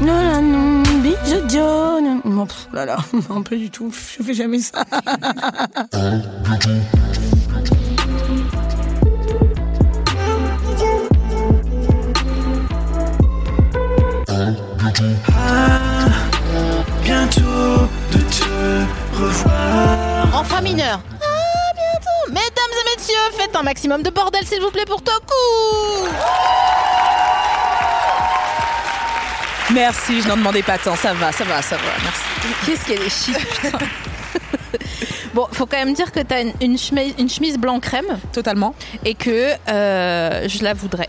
Non, non, non, Big John. Bon, pff, oh là, là, non, pas du tout. Je fais jamais ça. Ah, bientôt de te revoir. Enfant mineur. Ah, bientôt. Mesdames et messieurs, faites un maximum de bordel, s'il vous plaît, pour Toku. Merci, je n'en demandais pas tant. Ça va, ça va, ça va. Merci. Qu'est-ce qu'elle est chic, putain. Bon, faut quand même dire que t'as une, une, chemise, une chemise blanc crème Totalement. et que euh, je la voudrais.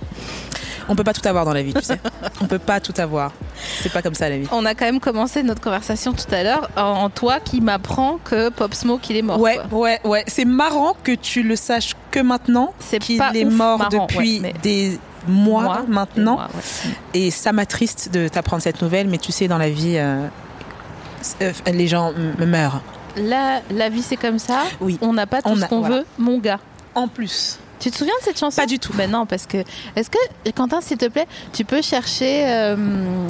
On peut pas tout avoir dans la vie, tu sais. On peut pas tout avoir. C'est pas comme ça la vie. On a quand même commencé notre conversation tout à l'heure en en toi qui m'apprend que Pop Smoke il est mort. Ouais, quoi. ouais, ouais. C'est marrant que tu le saches que maintenant. C'est Qu'il pas est ouf mort marrant, ouais, depuis mais- des mois, Moi, maintenant. et moi, ouais. Et ça m'attriste de t'apprendre cette nouvelle, mais tu sais, dans la vie, euh, euh, les gens m- meurent. La, la vie c'est comme ça. Oui. On n'a pas tout On ce a- qu'on voilà. veut, mon gars. En plus. Tu te souviens de cette chanson Pas du tout. Ben non, parce que. Est-ce que, Quentin, s'il te plaît, tu peux chercher euh,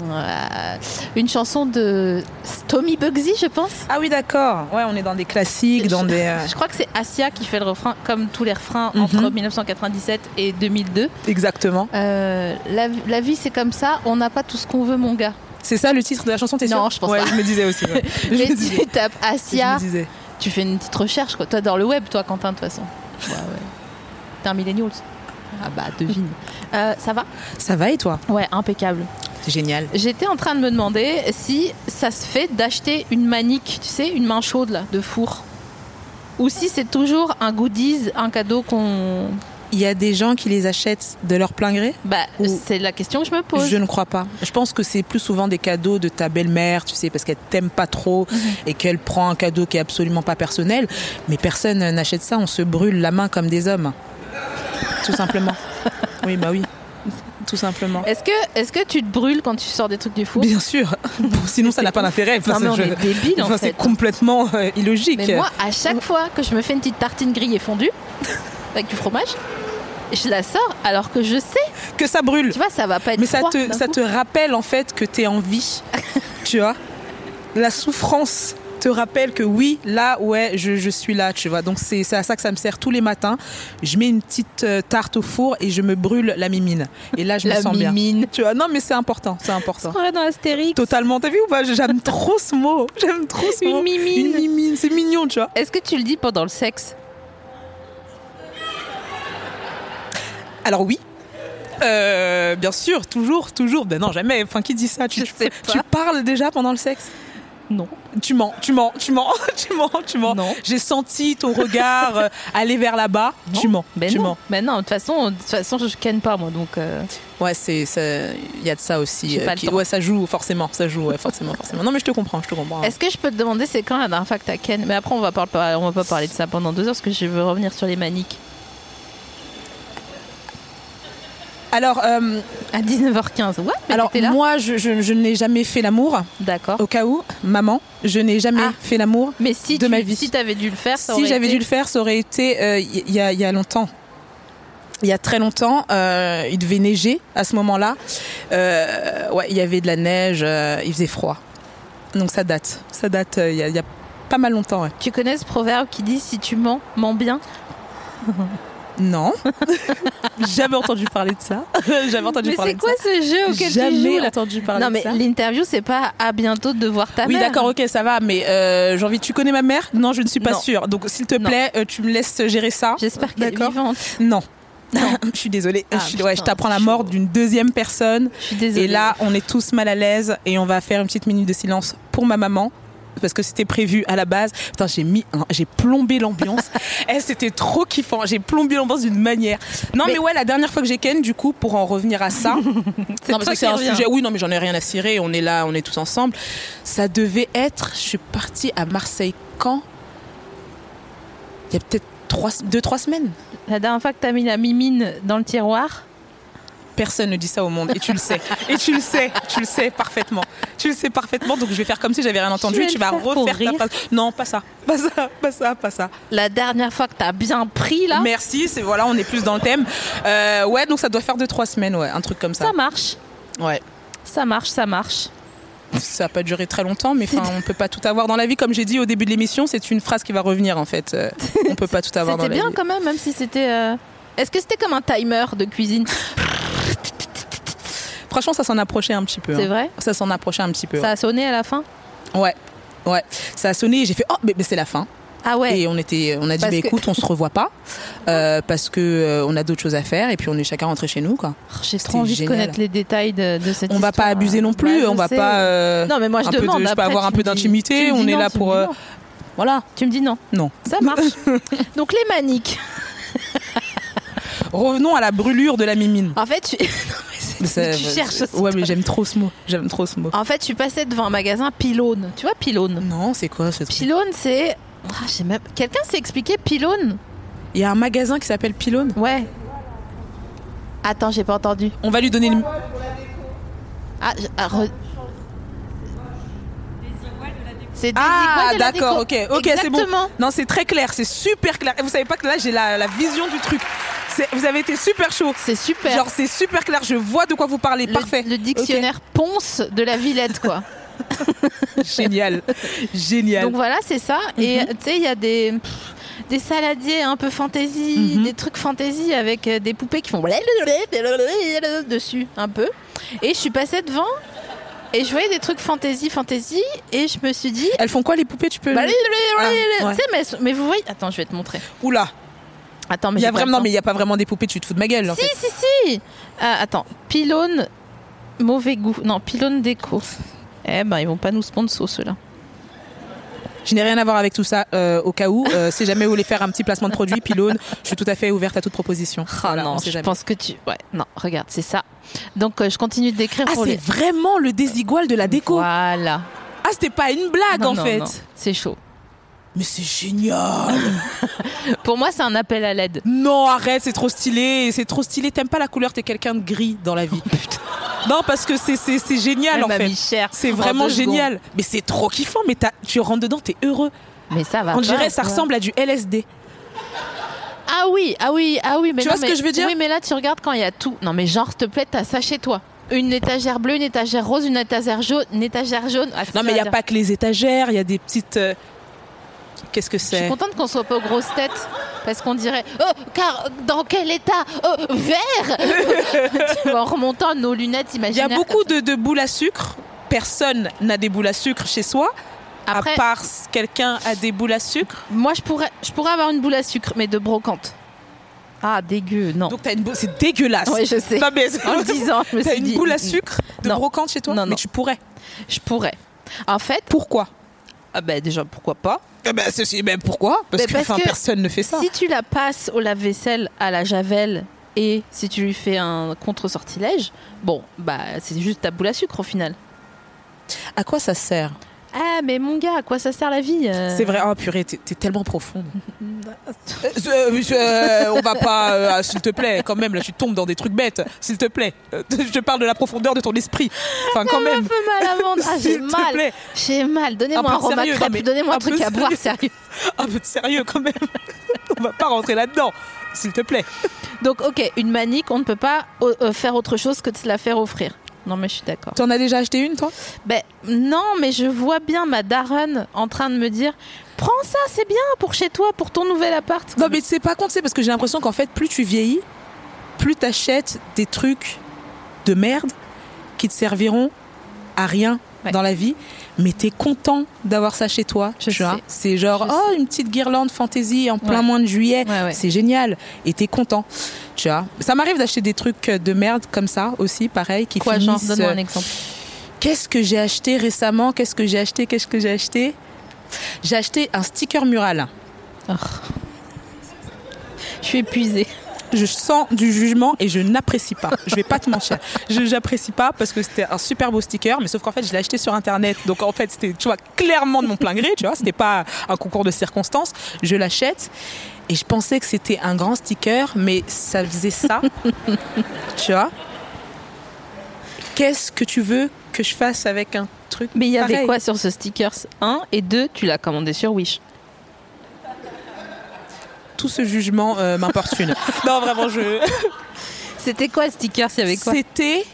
euh, une chanson de Tommy Bugsy, je pense Ah oui, d'accord. Ouais, on est dans des classiques, dans je, des. euh, je crois que c'est Asia qui fait le refrain, comme tous les refrains Mhm. entre 1997 et 2002. Exactement. Euh, la, la vie, c'est comme ça, on n'a pas tout ce qu'on veut, mon gars. C'est ça le titre de la chanson, t'es Non, sûre je pense ouais, pas. Je me disais aussi. ouais. Je Et me disais. tu tapes Je me Asia, disais. tu fais une petite recherche, quoi. Toi, dans le web, toi, Quentin, de toute façon. Ouais, ouais. T'es un millennial. Ah bah, devine. Euh, ça va Ça va et toi Ouais, impeccable. C'est génial. J'étais en train de me demander si ça se fait d'acheter une manique, tu sais, une main chaude là, de four. Ou si c'est toujours un goodies, un cadeau qu'on. Il y a des gens qui les achètent de leur plein gré Bah, Ou- c'est la question que je me pose. Je ne crois pas. Je pense que c'est plus souvent des cadeaux de ta belle-mère, tu sais, parce qu'elle t'aime pas trop Mhm. et qu'elle prend un cadeau qui est absolument pas personnel. Mais personne n'achète ça, on se brûle la main comme des hommes. Tout simplement. Oui, bah oui. Tout simplement. Est-ce que, est-ce que tu te brûles quand tu sors des trucs du four Bien sûr. Bon, sinon, ça n'a pas d'intérêt. Non, mais on je- est débile en Enfin, fait. c'est complètement euh, illogique. Mais moi, à chaque fois que je me fais une petite tartine grillée fondue avec du fromage, je la sors alors que je sais, Que ça brûle. tu vois, ça va pas être Mais ça froid te, d'un ça coup. te rappelle en fait que tu es en vie. tu vois La souffrance te rappelle que oui, là, ouais, je, je suis là, tu vois. Donc c'est c'est à ça que ça me sert tous les matins. Je mets une petite euh, tarte au four et je me brûle la mimine. Et là, je me La sens mimine. bien. Tu vois, non, mais c'est important, c'est important. On est dans l'astérix. Totalement, t'as vu ou pas J'aime trop ce mot. J'aime trop ce Une mot. mimine. Une mimine, c'est mignon, tu vois. Est-ce que tu le dis pendant le sexe Alors oui. Euh, bien sûr, toujours, toujours. Ben non, jamais. Enfin, qui dit ça tu, Je sais tu pas. parles déjà pendant le sexe Non. Tu mens, tu mens, tu mens, tu mens, tu mens. Non. J'ai senti ton regard euh, aller vers là-bas. Non. Tu mens, Ben tu non. mens. Ben non, de toute façon, de toute façon, je ken pas moi, donc. euh, Ouais, c'est, c'est- il y a de ça aussi. euh, J'ai pas le temps. ouais, ça joue forcément, ça joue, ouais, forcément, forcément. Non, mais je te comprends, je te comprends. Est-ce que je peux te demander c'est quand la dernière fois que t'as ken Mais après, on va pas par- on va pas parler de ça pendant deux heures parce que je veux revenir sur les maniques. Alors, euh, À 19h15. What Mais alors t'étais là moi, euh, je, je- je n'ai jamais fait l'amour. D'accord. Au cas où, maman, je n'ai jamais Ah. fait l'amour. Mais si de tu ma vie. si t'avais dû le faire, ça Si aurait j'avais été- dû le faire, ça aurait été euh, il y, a- il y a longtemps. Il y a très longtemps, euh, il devait neiger à ce moment-là. Euh, ouais, il y avait de la neige, euh, il faisait froid. Donc ça date. Ça date euh, il y, a- il y a pas mal longtemps. ouais. Tu connais ce proverbe qui dit si tu mens, mens bien Non. Jamais entendu parler de ça. J'avais entendu Mais parler c'est de quoi ce jeu ça. auquel tu Jamais joues là entendu parler Non de mais ça. l'interview c'est pas à bientôt de voir ta Oui, mère. hein. d'accord, ok, ça va, mais euh, j'ai envie. Tu connais ma mère Non, je ne suis pas Non. sûre. Donc, s'il te Non. plaît, euh, tu me laisses gérer ça. J'espère qu'elle est D'accord. vivante. Non. je suis désolée. Ah, je, suis- ouais, je putain, t'apprends la chaud. mort d'une deuxième personne. Je suis désolée. Et là, on est tous mal à l'aise et on va faire une petite minute de silence pour ma maman parce que c'était prévu à la base. Putain, j'ai mis, un- j'ai plombé l'ambiance. Eh, c'était trop kiffant. J'ai plombé l'ambiance d'une manière. Non, mais... ouais, la dernière fois que j'ai ken, du coup, pour en revenir à ça, non, parce toi que qui c'est un reviens. sujet. Oui, non, mais j'en ai rien à cirer. On est là, on est tous ensemble. Ça devait être. Je suis partie à Marseille quand Il y a peut-être trois, deux, trois semaines. La dernière fois que t'as mis la mimine dans le tiroir, Personne ne dit ça au monde et tu le sais. Et tu le sais, tu le sais parfaitement. Tu le sais parfaitement, donc je vais faire comme si j'avais rien entendu vais et tu le vas faire pour refaire ta rire. phrase. Non, pas ça, pas ça, pas ça, pas ça. la dernière fois que t'as bien pris là, Merci, c'est voilà, on est plus dans le thème. Euh, ouais, donc ça doit faire deux, trois semaines, ouais, un truc comme ça. ça marche. Ouais. Ça marche, ça marche. Ça n'a pas duré très longtemps, mais enfin, on peut pas tout avoir dans la vie. Comme j'ai dit au début de l'émission, c'est une phrase qui va revenir en fait. Euh, on peut pas tout avoir dans C'était la bien vie. quand même, même si c'était. euh, Est-ce que c'était comme un timer de cuisine Franchement, ça s'en approchait un petit peu. C'est hein. vrai Ça s'en approchait un petit peu. Ça a sonné à la fin ouais. Ouais. Ouais. Ça a sonné et j'ai fait oh, mais, mais c'est la fin. Ah ouais. Et on était, on a dit, Parce bah, que- écoute, on se revoit pas euh, parce que euh, on a d'autres choses à faire et puis on est chacun rentré chez nous, quoi. Oh, J'ai trop C'était envie génial. de connaître les détails de, de cette On va pas histoire. abuser non plus, Bah, je on va sais. pas. euh, Non mais moi je un peu de- demande. je peux après, avoir tu un peu me dis- d'intimité, tu me on dis est non, là tu me pour, dis euh, non. Voilà, Tu me dis non. non. Ça marche. Donc les maniques. Revenons à la brûlure de la mimine. En fait, tu, Non, mais c'est- Ça- bah, tu cherches. c'est- Ouais, mais j'aime trop ce mot. J'aime trop ce mot. En fait, je suis passée devant un magasin pylône. Tu vois pylône. Non, c'est quoi ce truc Pylône, c'est. Ah, je sais même. Quelqu'un s'est expliqué pylône Il y a un magasin qui s'appelle Pylône. Ouais. Attends, j'ai pas entendu. On va lui donner le. Ah, je- ah, re- C'est des Ah, iguales de la déco. d'accord, ok, ok, c'est bon. Exactement. Non, c'est très clair, c'est super clair. Et vous savez pas que là, j'ai la, la vision du truc. C'est- Vous avez été super chaud. C'est super. Genre, c'est super clair, je vois de quoi vous parlez. le, Parfait. Le dictionnaire ponce de la Villette, quoi. Ok. Génial. Génial. Mhm. Donc voilà, c'est ça. Et tu sais, il y a des, pff, des saladiers un peu Mhm. fantaisie, des trucs fantaisie avec euh, des poupées qui font dessus un peu. Et je suis passée devant et je voyais des trucs fantaisie, fantaisie et je me suis dit. Elles font quoi les poupées Tu peux. Bah, tu ouais. sais, mais, elles sont- mais vous voyez. Attends, je vais te montrer. Oula. Attends, mais Il y a j'ai pas le vraiment, non, temps. mais il y a pas vraiment des poupées. Tu te fous de ma gueule. en Si, fait. si, si Ah, Attends, pylône mauvais goût. Non, pylône déco. Eh ben, ils vont pas nous sponsor ceux-là. Je n'ai rien à voir avec tout ça. euh, au cas où, euh, si jamais vous voulez faire un petit placement de produit, Pylône, je suis tout à fait ouverte à toute proposition. Voilà, Ah on Ah non, sait je jamais. pense que tu. Ouais, non, regarde, c'est ça. Donc, euh, je continue de décrire Ah, pour c'est les. vraiment le désigual de la déco. Voilà. Ah, c'était pas une blague Non, en non, fait. non, C'est chaud. Mais c'est génial. Pour moi, c'est un appel à l'aide. Non, arrête, c'est trop stylé, c'est trop stylé. T'aimes pas la couleur, t'es quelqu'un de gris dans la vie. Oh, non, parce que c'est c'est- c'est génial Elle en m'a fait. mis cher C'est Eh bah, en vraiment deux secondes. génial. Mais c'est trop kiffant. Mais t'as- tu rentres dedans, t'es heureux. Mais ça va. pas, On dirait, ça quoi. ressemble à du LSD. Ah oui, ah oui, ah oui. Mais Tu non, vois ce que mais- je veux dire Oui, mais là, tu regardes quand il y a tout. Non, mais genre, s'il te plaît, t'as ça chez toi. Une étagère bleue, une étagère rose, une étagère jaune, une étagère jaune. Ah, c'est Non, mais il dur y à a dire. pas que les étagères. Il y a des petites. euh, Qu'est-ce que Je suis c'est contente qu'on soit pas aux grosses têtes parce qu'on dirait oh, car dans quel état oh, vert Tu vois, En remontant nos lunettes Il y a imaginaires. beaucoup de, de boules à sucre. Personne n'a des boules à sucre chez soi, à Après, part s- quelqu'un a des boules à sucre. moi je pourrais, je pourrais avoir une boule à sucre, mais de brocante. Ah dégueu, non. Donc t'as une boule, c'est dégueulasse. Ouais, je sais. Non, mais En le disant, je me T'as suis une dit, boule à mm, sucre de Non. brocante chez toi Non, Mais non. tu pourrais. Je pourrais. En fait, Pourquoi ah ben, déjà pourquoi pas Eh ben, ceci, ben, pourquoi Parce, Mais que, parce enfin, que personne ne fait ça. Si tu la passes au lave-vaisselle à la javel et si tu lui fais un contre-sortilège, bon bah c'est juste ta boule à sucre au final. À quoi ça sert Ah mais mon gars, à quoi ça sert la vie euh C'est vrai, oh purée, t'es t'es tellement profonde. Euh, euh, monsieur, euh, on va pas, euh, ah, s'il te plaît, quand même, là tu tombes dans des trucs bêtes, s'il te plaît. Euh, Je te parle de la profondeur de ton esprit. Enfin, quand un même. peu mal à vendre. Ah, j'ai S'il te mal. plaît. J'ai mal. Donnez-moi Un un, peu de rhum à sérieux, non, crêpes. mais Donnez-moi un un truc peu à boire, sérieux. sérieux. Un peu de Ah, sérieux quand même. On va pas rentrer là-dedans, s'il te plaît. Donc, ok, une manique, on ne peut pas euh, euh, faire autre chose que de se la faire offrir. Non, mais je suis d'accord. T'en as déjà acheté une, toi Ben, non, mais je vois bien ma daronne en train de me dire Prends ça, c'est bien pour chez toi, pour ton nouvel appart. Non, mais c'est pas con, tu sais, parce que j'ai l'impression qu'en fait, plus tu vieillis, plus t'achètes des trucs de merde qui te serviront à rien Ouais. dans la vie, mais t'es content d'avoir ça chez toi, Je tu vois. sais. C'est genre, Je oh, une petite guirlande fantaisie en plein Ouais. mois de juillet, Ouais, ouais. c'est génial, et t'es content, tu vois. Ça m'arrive d'acheter des trucs de merde comme ça aussi, pareil, qui Quoi, genre, finissent... donne-moi euh, un exemple. Qu'est-ce que j'ai acheté récemment Qu'est-ce que j'ai acheté Qu'est-ce que j'ai acheté J'ai acheté un sticker mural. Je suis épuisée. Je sens du jugement et je n'apprécie pas. Je vais pas te mentir. Je n'apprécie pas parce que c'était un super beau sticker, mais sauf qu'en fait, je l'ai acheté sur internet. Donc en fait, c'était tu vois clairement de mon plein gré, tu vois, c'était pas un concours de circonstances. Je l'achète et je pensais que c'était un grand sticker, mais ça faisait ça. tu vois Qu'est-ce que tu veux que je fasse avec un truc Mais il y avait pareil quoi sur ce stickers 1 et 2, tu l'as commandé sur Wish. Tout ce jugement euh, m'importune. non, vraiment, je C'était quoi le stickers Il y avait quoi C'était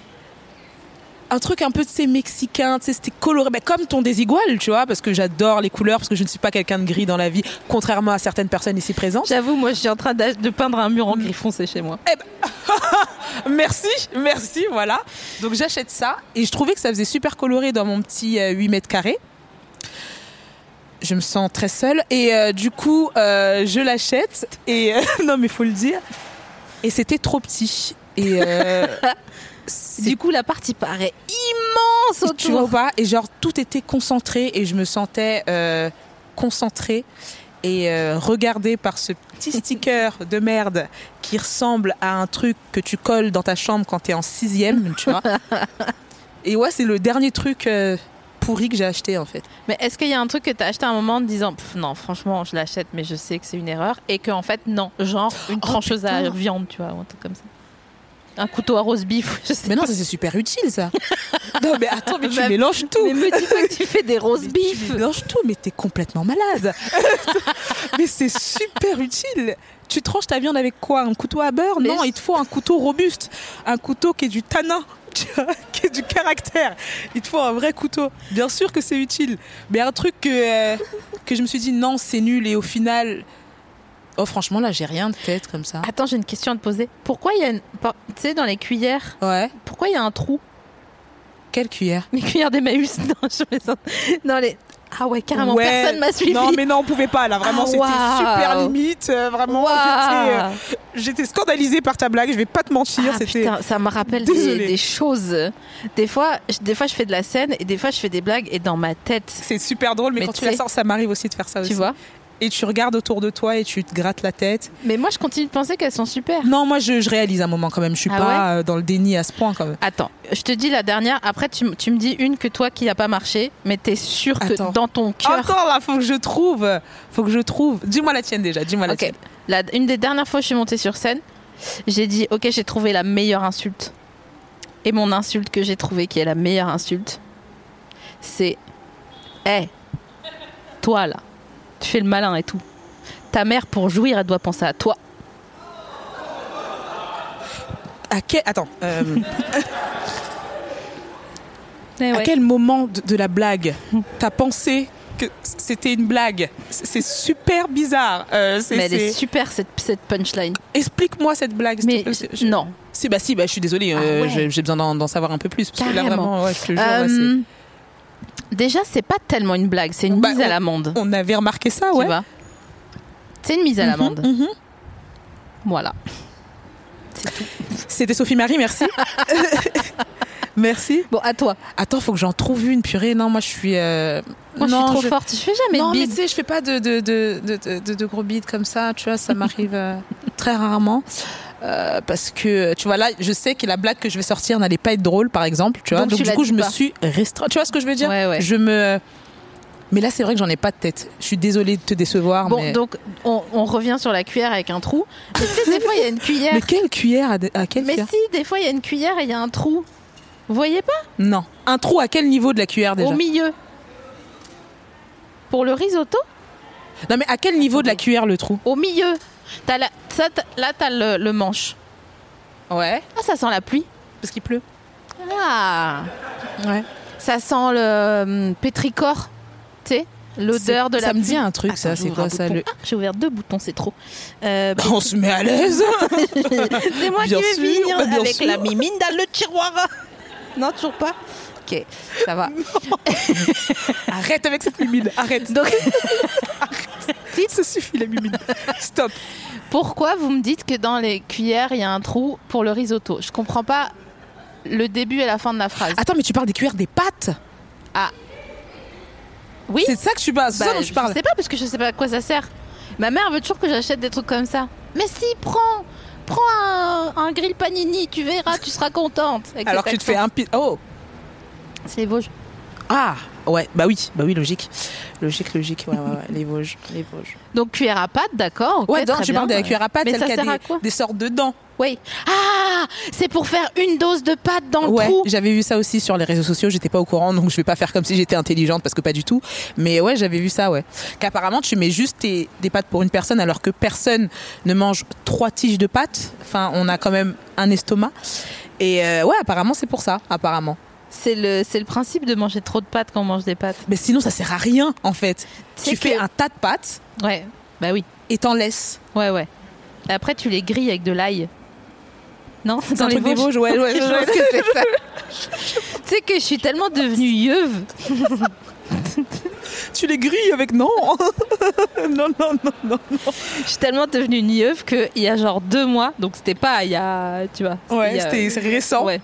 un truc un peu, de ces mexicains, tu sais, c'était coloré, Ben, comme ton désigual, tu vois, parce que j'adore les couleurs, parce que je ne suis pas quelqu'un de gris dans la vie, contrairement à certaines personnes ici présentes. J'avoue, moi, je suis en train d'ach- de peindre un mur en Mm. gris foncé chez moi. Merci, merci, voilà. Donc j'achète ça, et je trouvais que ça faisait super coloré dans mon petit euh, 8 mètres carrés. Je me sens très seule, et euh, du coup, euh, je l'achète, et euh, non, mais faut le dire, et c'était trop petit. Et euh, Du coup, la partie paraît immense autour. Tu vois pas Et genre, tout était concentré et je me sentais euh, concentrée et euh, regardée par ce petit sticker de merde qui ressemble à un truc que tu colles dans ta chambre quand t'es en sixième, tu vois. Et ouais, c'est le dernier truc euh, pourri que j'ai acheté en fait. Mais est-ce qu'il y a un truc que t'as acheté à un moment en te disant Pff, non, franchement, je l'achète, mais je sais que c'est une erreur et que en fait, non, genre une trancheuse à Oh, putain. viande, tu vois, ou un truc comme ça. Un couteau à roast beef, je sais Mais non, pas. ça c'est super utile ça. non, mais attends, mais tu Bah, mélanges tout. Mais me dis pas que tu fais des roast Mais beef. Tu mélanges tout, mais t'es complètement malade. mais c'est super utile. Tu tranches ta viande avec quoi Un couteau à beurre Mais Non, je- il te faut un couteau robuste, un couteau qui est du tanin, tu vois, qui est du caractère. Il te faut un vrai couteau. Bien sûr que c'est utile, mais un truc que euh, que je me suis dit non, c'est nul et au final, oh franchement là, j'ai rien de tête comme ça. Attends, j'ai une question à te poser. Pourquoi il y a une. par- Tu sais, dans les cuillères, Ouais. pourquoi il y a un trou Quelle cuillère Les cuillères d'Emmaüs Non, je plaisante. Non, les. Ah ouais, carrément, Ouais. personne m'a suivi. Non, mais non, on pouvait pas là. Vraiment, Ah, c'était waouh. super limite. euh, vraiment, j'étais, euh, Waouh. j'étais scandalisée par ta blague. Je vais pas te mentir. Ah, c'était putain, ça me rappelle des, Désolée. des choses. Des fois, je, des fois, je fais de la scène et des fois, je fais des blagues et dans ma tête, C'est super drôle, mais, Mais quand tu tu la sais- sors, ça m'arrive aussi de faire ça aussi. tu vois. Et tu regardes autour de toi et tu te grattes la tête. Mais moi, je continue de penser qu'elles sont super. Non, moi, je, je réalise un moment quand même. Je suis Ah pas euh, dans le déni à ce point quand même. Attends, je te dis la dernière. Après, tu, m- tu me dis une que toi qui n'a pas marché, mais t'es sûr que Attends. dans ton cœur. Encore là, faut que je trouve. Faut que je trouve. Dis-moi la tienne déjà. Dis-moi la Ok. tienne. La- une des dernières fois que je suis montée sur scène, j'ai dit Ok, j'ai trouvé la meilleure insulte. Et mon insulte que j'ai trouvée, qui est la meilleure insulte, c'est Hé, toi là, tu fais le malin et tout. Ta mère, pour jouir, elle doit penser à toi. À quel... Attends. euh, Eh À ouais. quel moment de, de la blague t'as pensé que c'était une blague C'est c'est super bizarre. Euh, c'est- Mais elle est c'est- super cette, cette punchline. Explique-moi cette blague. s'il Mais te plaît, parce que je- je- non. Si, bah si, bah, je suis désolée. euh, Ah ouais. j'ai- J'ai besoin d'en d'en savoir un peu plus. Parce que là, Carrément. vraiment, ouais, je te jure, ouais, c'est- Euh, déjà, c'est pas tellement une blague, c'est une Bah, mise à l'amende. On avait remarqué ça, tu ouais. vois. C'est une mise à l'amende. mhm. Voilà. C'était Sophie Marie, merci. merci. Bon, à toi. Attends, faut que j'en trouve une purée. Non, moi je suis. euh, Moi, je non, suis trop forte. Je fais jamais Non, de mais tu bide. sais, je fais pas de, de, de, de, de- de- de gros bides comme ça, tu vois, ça m'arrive euh, très rarement. Euh, parce que, tu vois, là, je sais que la blague que je vais sortir n'allait pas être drôle, par exemple, tu vois. Donc, Donc, tu du la coup, dis je me pas. suis restreint. Tu vois ce que je veux dire Ouais, ouais. Je me. Mais là, c'est vrai que j'en ai pas de tête. Je suis désolée de te décevoir. Bon, mais... donc, on, on revient sur la cuillère avec un trou. Mais tu sais, des fois, il y a une cuillère. mais quelle cuillère à, de- à quelle Mais cuillère si, des fois, il y a une cuillère et il y a un trou. Vous voyez pas Non. Un trou à quel niveau de la cuillère déjà Au milieu. Pour le risotto, Non, mais à quel niveau de la cuillère le trou au milieu. T'as la- ça, t'as- là, t'as le, le manche. Ouais. Ah, ça sent la pluie. Parce qu'il pleut. Ah Ouais. Ça sent le hum, pétrichor, tu sais, l'odeur de la Ça me dit pluie. un truc, ça. Attends, C'est j'ouvre quoi un ça bouton. le... Ah, J'ai ouvert deux boutons, c'est trop. Euh, Bah, On se met à l'aise. c'est moi Bien qui vais sûr, finir bah, bien avec sûr. la mimine dans le tiroir. non, toujours pas. Ok, ça va. Arrête avec cette mimine. Arrête. Donc, Ça suffit la mimine. Stop. pourquoi vous me dites que dans les cuillères, il y a un trou pour le risotto Je comprends pas le début et la fin de la phrase. Attends, mais tu parles des cuillères des pâtes oui, C'est de ça que tu parles, c'est ça Bah, dont tu parles. Je sais pas parce que je sais pas à quoi ça sert. Ma mère veut toujours que j'achète des trucs comme ça. Mais si, prends, prends un, un grill panini, tu verras, tu seras contente. avec Alors que cet tu te fais accent. un pi- Oh C'est les Vosges. Ah Ouais, bah oui, bah oui, logique. Logique, logique, ouais, ouais, ouais, les Vosges, les Vosges. Donc cuillère à pâte, d'accord. ok, Ouais, non, très tu bien. parles de la cuillère à pâtes, Mais celle ça qui a sert à des, quoi des sortes de dents. Oui. Ah, c'est pour faire une dose de pâte dans le Ouais, trou. j'avais vu ça aussi sur les réseaux sociaux, j'étais pas au courant, donc je vais pas faire comme si j'étais intelligente parce que pas du tout. Mais ouais, j'avais vu ça, ouais. Qu'apparemment, tu mets juste tes- des pâtes pour une personne alors que personne ne mange trois tiges de pâtes. Enfin, on a quand même un estomac. Et euh, ouais, apparemment, c'est pour ça, apparemment. C'est le, c'est le principe de manger trop de pâtes quand on mange des pâtes. Mais sinon, ça sert à rien, en fait. C'est Tu fais que- un tas de pâtes Ouais, bah oui. et t'en laisses. Ouais, ouais. Et après, tu les grilles avec de l'ail. Non, c'est C'est un dans les truc des Vosges. Vosges, ouais, ouais, Je ouais. pense que c'est ça. tu sais que je suis tellement devenue yeuve. Tu les grilles avec non Non, non, non, non. Je suis tellement devenue une yeuve que il y a genre deux mois, donc c'était pas il y a, tu vois. il Ouais, y a- c'était- c'est récent. euh, Ouais.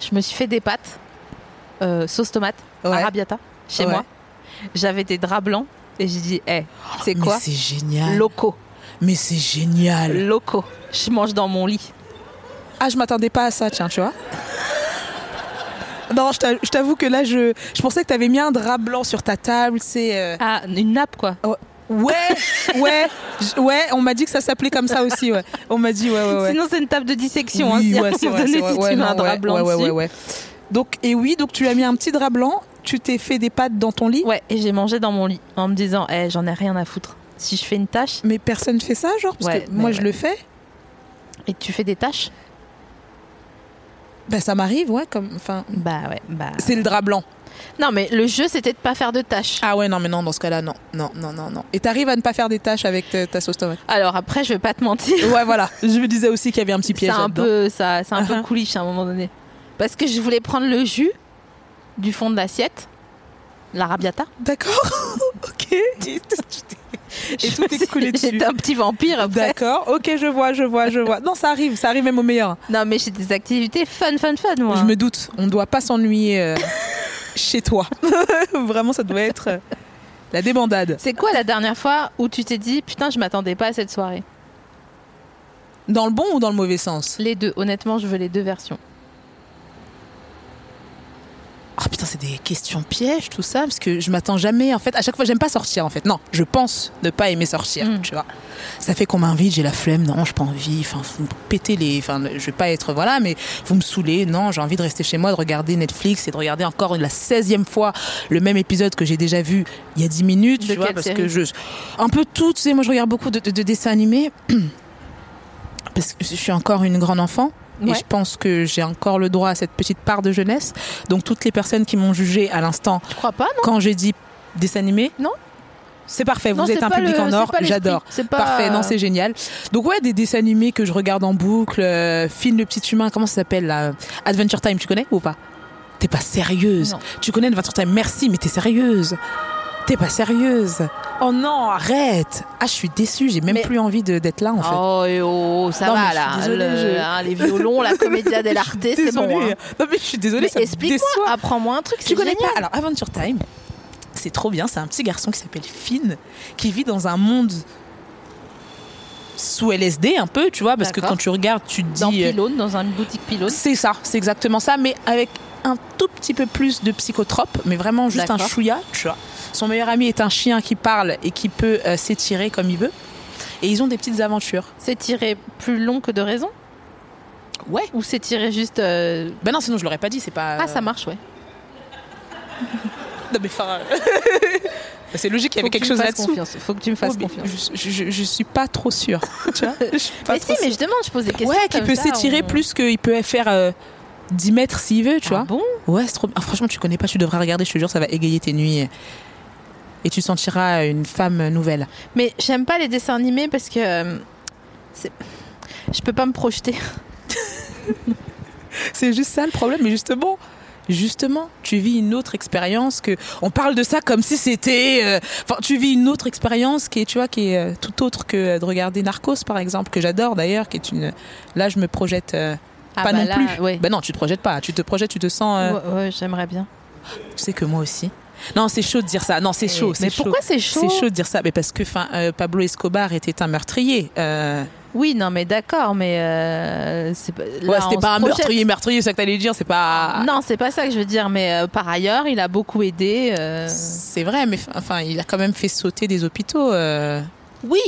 Je me suis fait des pâtes, euh, sauce tomate, Ouais. arabiata, chez Ouais. moi. J'avais des draps blancs et j'ai dit, hé, Oh, c'est Mais quoi c'est génial. Loco, Mais c'est génial. loco. Je mange dans mon lit. Ah, je m'attendais pas à ça, tiens, tu vois. Non, je t'a- je t'avoue que là, je, je pensais que t'avais mis un drap blanc sur ta table, c'est... euh, Ah, une nappe quoi. oh, Ouais, ouais, j- ouais, on m'a dit que ça s'appelait comme ça aussi, ouais. On m'a dit, ouais, ouais, ouais. Sinon, c'est une table de dissection. Oui, hein, si à un ouais, c'est moment vrai, donné, c'est vrai. si Ouais, tu mets non, un drap ouais, blanc ouais, ouais, dessus. ouais, ouais. Donc, et oui, donc tu as mis un petit drap blanc, tu t'es fait des pâtes dans ton lit. Ouais, et j'ai mangé dans mon lit en me disant, hé, j'en ai rien à foutre. Si je fais une tâche Mais personne fait ça, genre, parce Ouais, que mais moi, je ouais. le fais. et que tu fais des tâches, Ben, ça m'arrive, ouais, comme... Enfin, bah ouais, bah. c'est le drap blanc. Non, mais le jeu, c'était de pas faire de tâches. Ah ouais, non, mais non, dans ce cas-là, non, non, non, non, non. Et t'arrives à ne pas faire des tâches avec ta, ta sauce tomate Alors après, je vais pas te mentir, Ouais, voilà. Je me disais aussi qu'il y avait un petit c'est piège. un Oh, là-dedans. peu, ça, c'est un peu Uh-huh. coolish à un moment donné, parce que je voulais prendre le jus du fond de l'assiette, l'arabiata. D'accord. ok. Et tout est coulé dessus. J'étais un petit vampire après. D'accord. Ok, je vois, je vois, je vois. Non, ça arrive, ça arrive même au meilleur. Non, mais j'ai des activités fun, fun, fun, moi. Je me doute. On ne doit pas s'ennuyer euh, chez toi. Vraiment, ça doit être euh, la débandade. C'est quoi la dernière fois où tu t'es dit putain, je m'attendais pas à cette soirée Dans le bon ou dans le mauvais sens Les deux, honnêtement, je veux les deux versions. Ah putain, c'est des questions pièges, tout ça, parce que je m'attends jamais, en fait. À chaque fois, j'aime pas sortir, en fait. Non, je pense ne pas aimer sortir, Mm. tu vois. Ça fait qu'on m'invite, j'ai la flemme, non, j'ai pas envie, enfin, vous me pétez les. Enfin, je vais pas être, voilà, mais vous me saoulez, non, j'ai envie de rester chez moi, de regarder Netflix et de regarder encore la 16e fois le même épisode que j'ai déjà vu il y a 10 minutes, De tu vois, quelle parce série que je. Un peu tout, tu sais, moi, je regarde beaucoup de, de- de dessins animés, parce que je suis encore une grande enfant. Et Ouais. je pense que j'ai encore le droit à cette petite part de jeunesse. Donc toutes les personnes qui m'ont jugé à l'instant Tu crois pas quand j'ai dit dessin animé, Non. C'est parfait, vous Non, êtes c'est un pas public le- en c'est or, pas l'esprit. j'adore. C'est pas- Parfait, non, c'est génial. Donc ouais, des dessins animés que je regarde en boucle, euh, Finn le petit humain, comment ça s'appelle là Adventure Time, tu connais ou pas T'es pas sérieuse. Non. Tu connais Adventure Time, merci, mais t'es sérieuse. T'es pas sérieuse. Oh non, arrête. Ah, je suis déçue, j'ai même Mais- plus envie de- d'être là en fait. Oh, et oh, ça Non, mais va je suis là. désolée, Le- je- hein, les violons, la comédia dell'arte, c'est bon. Désolée. hein. Non mais je suis désolée, Mais ça me déçoit. explique-moi, apprends-moi un truc. Tu c'est connais génial. pas Alors, Adventure Time, c'est trop bien. C'est un petit garçon qui s'appelle Finn, qui vit dans un monde sous LSD un peu, tu vois, parce que D'accord. quand tu regardes, tu te Dans dis. euh, Pylône, dans une boutique Pylône. C'est ça, c'est exactement ça, mais avec un tout petit peu plus de psychotropes, mais vraiment juste un D'accord. chouïa, tu vois. Son meilleur ami est un chien qui parle et qui peut euh, s'étirer comme il veut. Et ils ont des petites aventures. C'est tiré plus long que de raison Ouais. Euh, Ou c'est tiré juste. euh, Ben non, sinon je l'aurais pas dit, c'est pas. Ah, ça marche, ouais. Non, mais enfin, euh, c'est logique, il y Faut avait que quelque tu me chose fasses là-dessous. confiance, Faut que tu me fasses Ouais, mais confiance. Je, je- je suis pas trop sûre. tu vois Je suis pas Mais si, trop mais sûre. je demande, je pose des questions. Ouais, qui comme peut ça, s'étirer on- plus qu'il peut faire euh, 10 mètres s'il veut, tu Ah vois. bon Ouais, c'est trop bien. Ah, franchement, tu connais pas, tu devrais regarder, je te jure, ça va égayer tes nuits. Et tu sentiras une femme nouvelle. Mais j'aime pas les dessins animés parce que. euh, c'est- Je peux pas me projeter. C'est juste ça le problème, mais justement. Justement, tu vis une autre expérience que on parle de ça comme si c'était. euh, Enfin, tu vis une autre expérience qui est, tu vois, qui est euh, tout autre que euh, de regarder Narcos, par exemple, que j'adore d'ailleurs, qui est une. Là, je me projette euh, Ah pas bah non là, plus. ouais. Ben non, tu te projettes pas. Tu te projettes, tu te sens. euh, Ouais, ouais, j'aimerais bien. Tu sais que moi aussi. Non, c'est chaud de dire ça. Non, c'est chaud. Eh, Mais c'est pourquoi c'est chaud C'est chaud de dire ça, mais parce que 'fin, euh, Pablo Escobar était un meurtrier. Euh, Oui, non, mais d'accord, mais euh, c'est pas. là, ouais, on c'était se pas un projette. meurtrier, Ah. meurtrier, c'est ça que t'allais dire, c'est pas. Non, c'est pas ça que je veux dire, mais euh, par ailleurs, il a beaucoup aidé. euh, C'est vrai, mais fin- enfin, il a quand même fait sauter des hôpitaux. euh. Oui.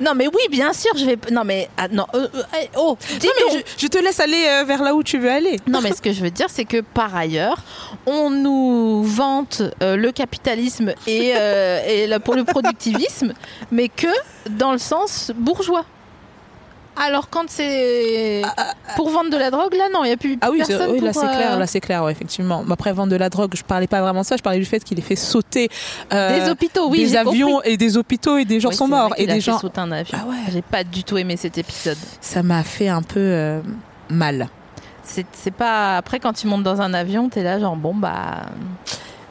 Non, mais oui, bien sûr, je vais. Non, mais ah, non. euh, euh, eh, oh, dis Non, mais donc. je, je te laisse aller euh, vers là où tu veux aller. Non, mais ce que je veux dire, c'est que par ailleurs, on nous vante euh, le capitalisme et, euh, et le- pour le productivisme, mais que dans le sens bourgeois. Alors quand c'est pour vendre de la drogue, là non, il n'y a plus Ah oui, c'est- personne oui, là pour, c'est clair, euh, là c'est clair, ouais, effectivement. Mais après vendre de la drogue, je parlais pas vraiment de ça, je parlais du fait qu'il ait fait sauter euh, des hôpitaux, oui, des j'ai avions compris. et des hôpitaux et des gens Oui, sont c'est vrai morts et qu'il a des fait gens. sauter un avion. Ah ouais. J'ai pas du tout aimé cet épisode. Ça m'a fait un peu euh, mal. C'est c'est pas après quand tu montes dans un avion, t'es là genre bon bah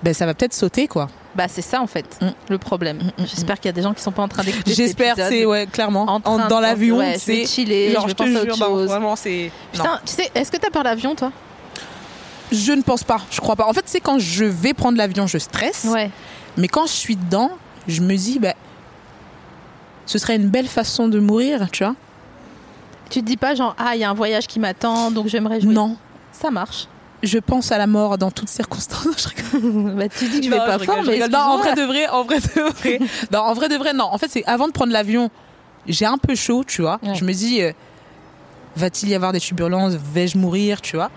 Ben ça va peut-être sauter quoi. bah c'est ça en fait Mm. le problème. J'espère qu'il y a des gens qui sont pas en train d'écouter. cet J'espère, c'est épisode. ouais, clairement. En train En- dans de- l'avion, ouais, je vais c'est. chiller, je genre, vais te penser à jure, autre non, chose. vraiment, c'est. Non. Putain, tu sais, est-ce que t'as peur de l'avion, toi Je ne pense pas, je crois pas. En fait, c'est quand je vais prendre l'avion, je stresse. Ouais. Mais quand je suis dedans, je me dis, bah, ce serait une belle façon de mourir, tu vois. Tu te dis pas genre ah il y a un voyage qui m'attend donc je vais me réjouir. Non, Ça marche. je pense à la mort dans toutes circonstances. Je rigole. bah tu dis que je vais Non, pas je fort, rigole, je mais rigole. non, bah, en excuse-moi. vrai de vrai, en vrai de vrai, non, en vrai de vrai, non. En fait, c'est avant de prendre l'avion, j'ai un peu chaud, tu vois. Ouais. Je me dis, euh, va-t-il y avoir des turbulences, vais-je mourir, tu vois.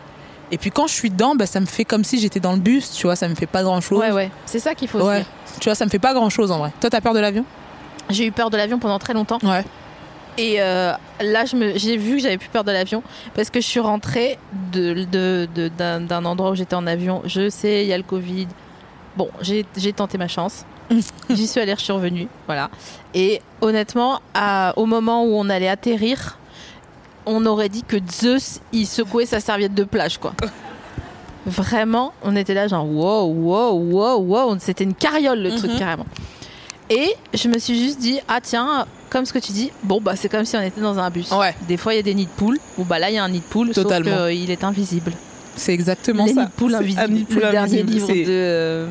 Et puis quand je suis dedans, bah, ça me fait comme si j'étais dans le bus, tu vois. Ça me fait pas grand chose. Ouais ouais, c'est ça qu'il faut. se Ouais. dire. Tu vois, ça me fait pas grand chose en vrai. Toi, t'as peur de l'avion J'ai eu peur de l'avion pendant très longtemps. Ouais. Et euh, là, je me- j'ai vu que j'avais plus peur de l'avion parce que je suis rentrée de- de- de- d'un d'un endroit où j'étais en avion. Je sais, il y a le Covid. Bon, j'ai j'ai tenté ma chance. J'y suis allée, je suis revenue. Voilà. Et honnêtement, à- au moment où on allait atterrir, on aurait dit que Zeus, il secouait sa serviette de plage, quoi. Vraiment, on était là, genre, wow, wow, wow, wow. C'était une carriole, le Mhm. truc, carrément. Et je me suis juste dit, ah tiens, comme ce que tu dis, bon, bah c'est comme si on était dans un bus. Ouais. Des fois, il y a des nids de poules. Bon, bah là, il y a un nid de poule, sauf Totalement. qu'il est invisible. C'est exactement Les ça. nids de poules C'est invisibles. un nid de poules le dernier invisible, livre c'est- de euh,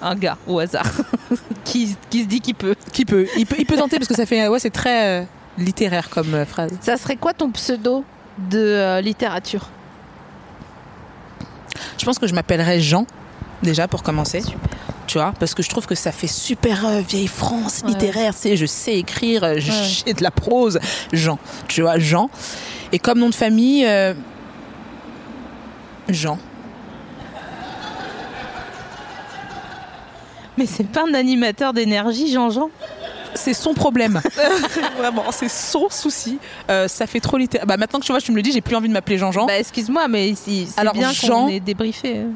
un gars, au hasard, qui, qui se dit qu'il peut. Qui peut il, peut il peut tenter parce que ça fait. Ouais, c'est très euh, littéraire comme euh, phrase. Ça serait quoi ton pseudo de euh, littérature Je pense que je m'appellerais Jean, déjà, pour commencer. Super. Tu vois Parce que je trouve que ça fait super euh, vieille France Ouais. littéraire. Tu sais, je sais écrire, euh, je- Ouais. j'ai de la prose. Jean. Tu vois, Jean. Et comme nom de famille. euh, Jean. Mais c'est pas un animateur d'énergie, Jean-Jean C'est son problème. Vraiment, c'est son souci. Euh, ça fait trop littéraire. Bah, maintenant que tu vois, tu me le dis, j'ai plus envie de m'appeler Jean-Jean. Bah excuse-moi, mais ici, c'est Alors, bien Jean- qu'on est débriefé. hein.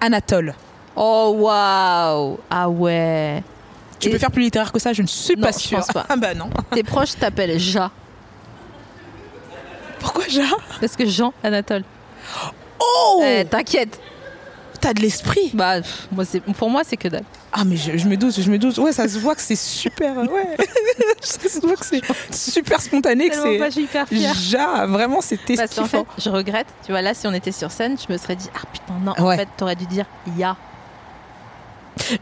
Anatole. Oh waouh Ah ouais Tu Et- peux faire plus littéraire que ça, je ne suis Non, pas je sûre. pense pas. Ah bah non. Tes proches t'appellent Ja, Pourquoi j'ai parce que Jean Anatole. Oh Eh, T'inquiète T'as de l'esprit Bah, pff, moi, c'est- pour moi, c'est que dalle. Ah mais je, je me doute, je me doute. Ouais, ça se voit que c'est super. euh, Ouais. ça se voit que c'est super spontané, que Tellement pas, c'est. je suis hyper fière. Ja, vraiment, hein. c'était Parce qu'en kiffant. fait, je regrette. Tu vois, là, si on était sur scène, je me serais dit Ah putain, non, en Ouais. fait, t'aurais dû dire Ya.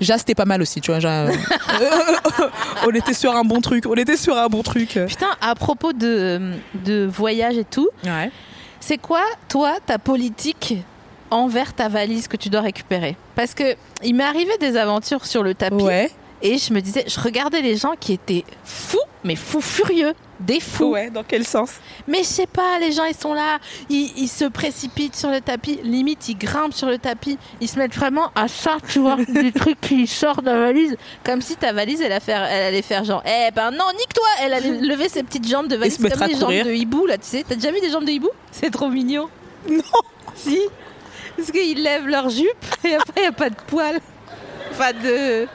Ja, c'était pas mal aussi, tu vois. Ja, euh, on était sur un bon truc. On était sur un bon truc. Putain, à propos de, de voyage et tout, Ouais. c'est quoi, toi, ta politique envers ta valise que tu dois récupérer Parce que il m'est arrivé des aventures sur le tapis Ouais. et je me disais, je regardais les gens qui étaient fous, mais fous furieux, des fous. Ouais. Dans quel sens Mais je sais pas, les gens ils sont là, ils, ils se précipitent sur le tapis, limite ils grimpent sur le tapis, ils se mettent vraiment à ça, tu vois, du truc qui sort de la valise, comme si ta valise elle, a faire- elle allait faire genre, eh ben non, nique-toi, elle allait lever ses petites jambes de valise se mettre comme à les jambes courir. de hibou là, tu sais, t'as déjà vu des jambes de hibou C'est trop mignon. Non. Si, parce qu'ils lèvent leur jupe et après y a pas de poils, pas de,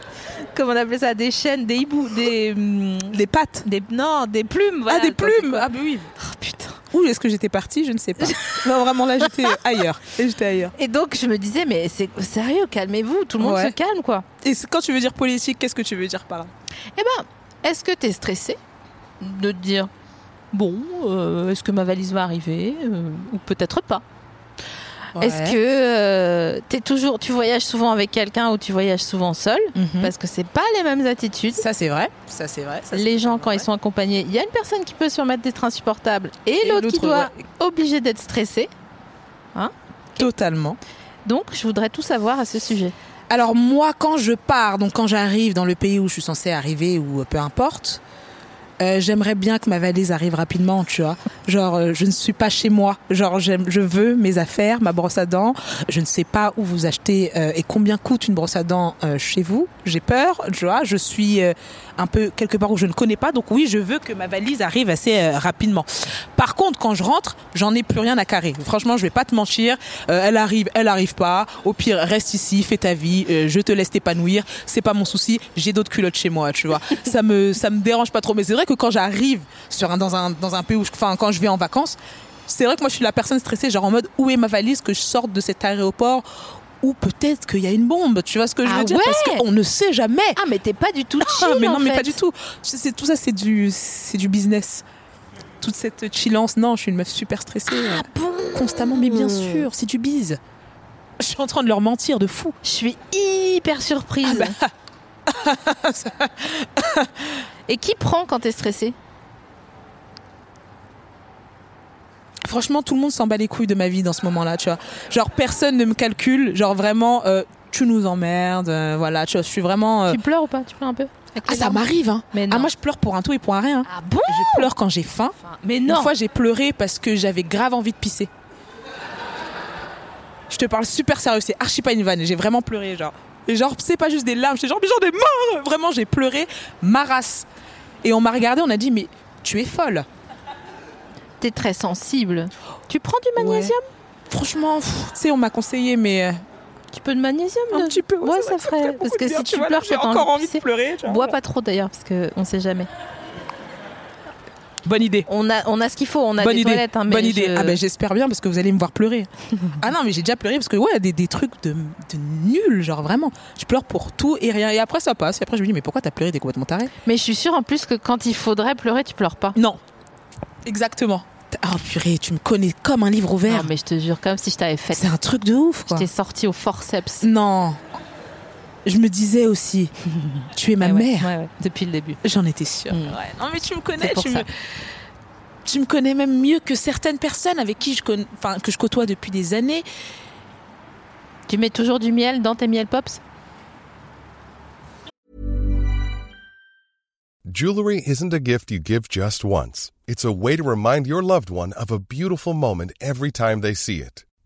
comment on appelait ça, des chaînes, des hiboux, des, hum, Les pattes. des non, des plumes. voilà, ah des attends, c'est plumes. quoi Ah bah oui. Oh, putain. Où est-ce que j'étais partie Je ne sais pas. non, vraiment là, j'étais ailleurs. Et j'étais ailleurs. Et donc je me disais mais c'est sérieux, calmez-vous, tout le monde Ouais. se calme quoi. Et c'est- quand tu veux dire politique, qu'est-ce que tu veux dire par là Eh ben, est-ce que t'es stressé de te dire bon, euh, est-ce que ma valise va arriver Euh, Ou peut-être pas. Est-ce que euh, t'es toujours, tu voyages souvent avec quelqu'un ou tu voyages souvent seul Mhm. Parce que c'est pas les mêmes attitudes. ça c'est vrai Ça c'est vrai. ça, c'est Les gens, quand vrai. ils sont accompagnés, il y a une personne qui peut se remettre d'être insupportable et, l'autre qui doit ouais, obligé d'être stressé. totalement. Donc, je voudrais tout savoir à ce sujet. Alors moi, quand je pars, donc quand j'arrive dans le pays où je suis censée arriver ou euh, peu importe, euh, j'aimerais bien que ma valise arrive rapidement, tu vois. Genre, euh, je ne suis pas chez moi. Genre, j'aime, je veux mes affaires, ma brosse à dents. Je ne sais pas où vous achetez euh, et combien coûte une brosse à dents euh, chez vous. J'ai peur, tu vois. Je suis euh, un peu quelque part où je ne connais pas. Donc oui, je veux que ma valise arrive assez euh, rapidement. Par contre, quand je rentre, j'en ai plus rien à carrer. Franchement, je vais pas te mentir. Euh, elle arrive, elle arrive pas. Au pire, reste ici, fais ta vie. euh, je te laisse t'épanouir. C'est pas mon souci. J'ai d'autres culottes chez moi, tu vois. ça me, ça me dérange pas trop. Mais c'est vrai que quand j'arrive sur un, dans un, dans un pays où, je- enfin, quand je vais en vacances, c'est vrai que moi, je suis la personne stressée, genre en mode où est ma valise que je sorte de cet aéroport ou peut-être qu'il y a une bombe. Tu vois ce que je Ah veux dire ouais Parce qu'on ne sait jamais. Ah, mais t'es pas du tout Ah, chill. mais en non, mais fait. pas du tout. C'est- c'est- tout ça, c'est du, c'est du business. Toute cette chillance, non, je suis une meuf super stressée. Ah, euh, constamment, mais bien Hmm. sûr, c'est du bise. Je suis en train de leur mentir de fou. Je suis hyper surprise. Ah bah. et qui prend quand t'es stressé Franchement, tout le monde s'en bat les couilles de ma vie dans ce moment-là, tu vois. Genre, personne ne me calcule, genre vraiment, euh, tu nous emmerdes, euh, voilà, tu vois, je suis vraiment. euh, Tu pleures ou pas Tu pleures un peu Avec Ah, les ça larmes m'arrive, hein. Mais non. Ah, moi, je pleure pour un tout et pour un rien. hein. Ah bon Je pleure quand j'ai faim. Mais Une non. fois, j'ai pleuré parce que j'avais grave envie de pisser. Je te parle super sérieux, c'est archi pas une vanne. J'ai vraiment pleuré, genre. Et genre, c'est pas juste des larmes, c'est genre, mais j'en ai marre Vraiment, j'ai pleuré ma race. Et on m'a regardé, on a dit, mais tu es folle. T'es très sensible. Tu prends du magnésium Franchement, pff, tu sais, on m'a conseillé, mais euh, Tu peux de magnésium un de- petit peu. Ouais, ça m'a- me ferait. beaucoup Parce de que bien, si tu vois, là, pleures, j'ai t'as encore envie de pisser. pleurer. tu vois. Bois pas trop d'ailleurs, parce qu'on sait jamais. Bonne idée. On a, on a ce qu'il faut, on a Bonne des idée. toilettes. hein, mais Bonne idée. je- Ah ben j'espère bien parce que vous allez me voir pleurer. ah non mais j'ai déjà pleuré parce que ouais des, des trucs de, de nul genre vraiment. Je pleure pour tout et rien et après ça passe. Et après je me dis mais pourquoi t'as pleuré t'es complètement taré. Mais je suis sûre en plus que quand il faudrait pleurer, tu pleures pas. Non. Exactement. Oh purée tu me connais comme un livre Non, ouvert. mais je te jure, comme si je t'avais fait. C'est un truc de ouf Je quoi. t'ai sorti au forceps. Non. Je me disais aussi tu es ma Ah Ouais, ouais, mère. ouais, ouais, Depuis le début. J'en étais sûre. Mm. Ouais. Non mais tu me C'est connais pour tu ça. me tu me connais même mieux que certaines personnes avec qui je conna- enfin que je côtoie depuis des années. Tu mets toujours du miel dans tes miel pops Jewelry isn't a gift you give just once. It's a way to remind your loved one of a beautiful moment every time they see it.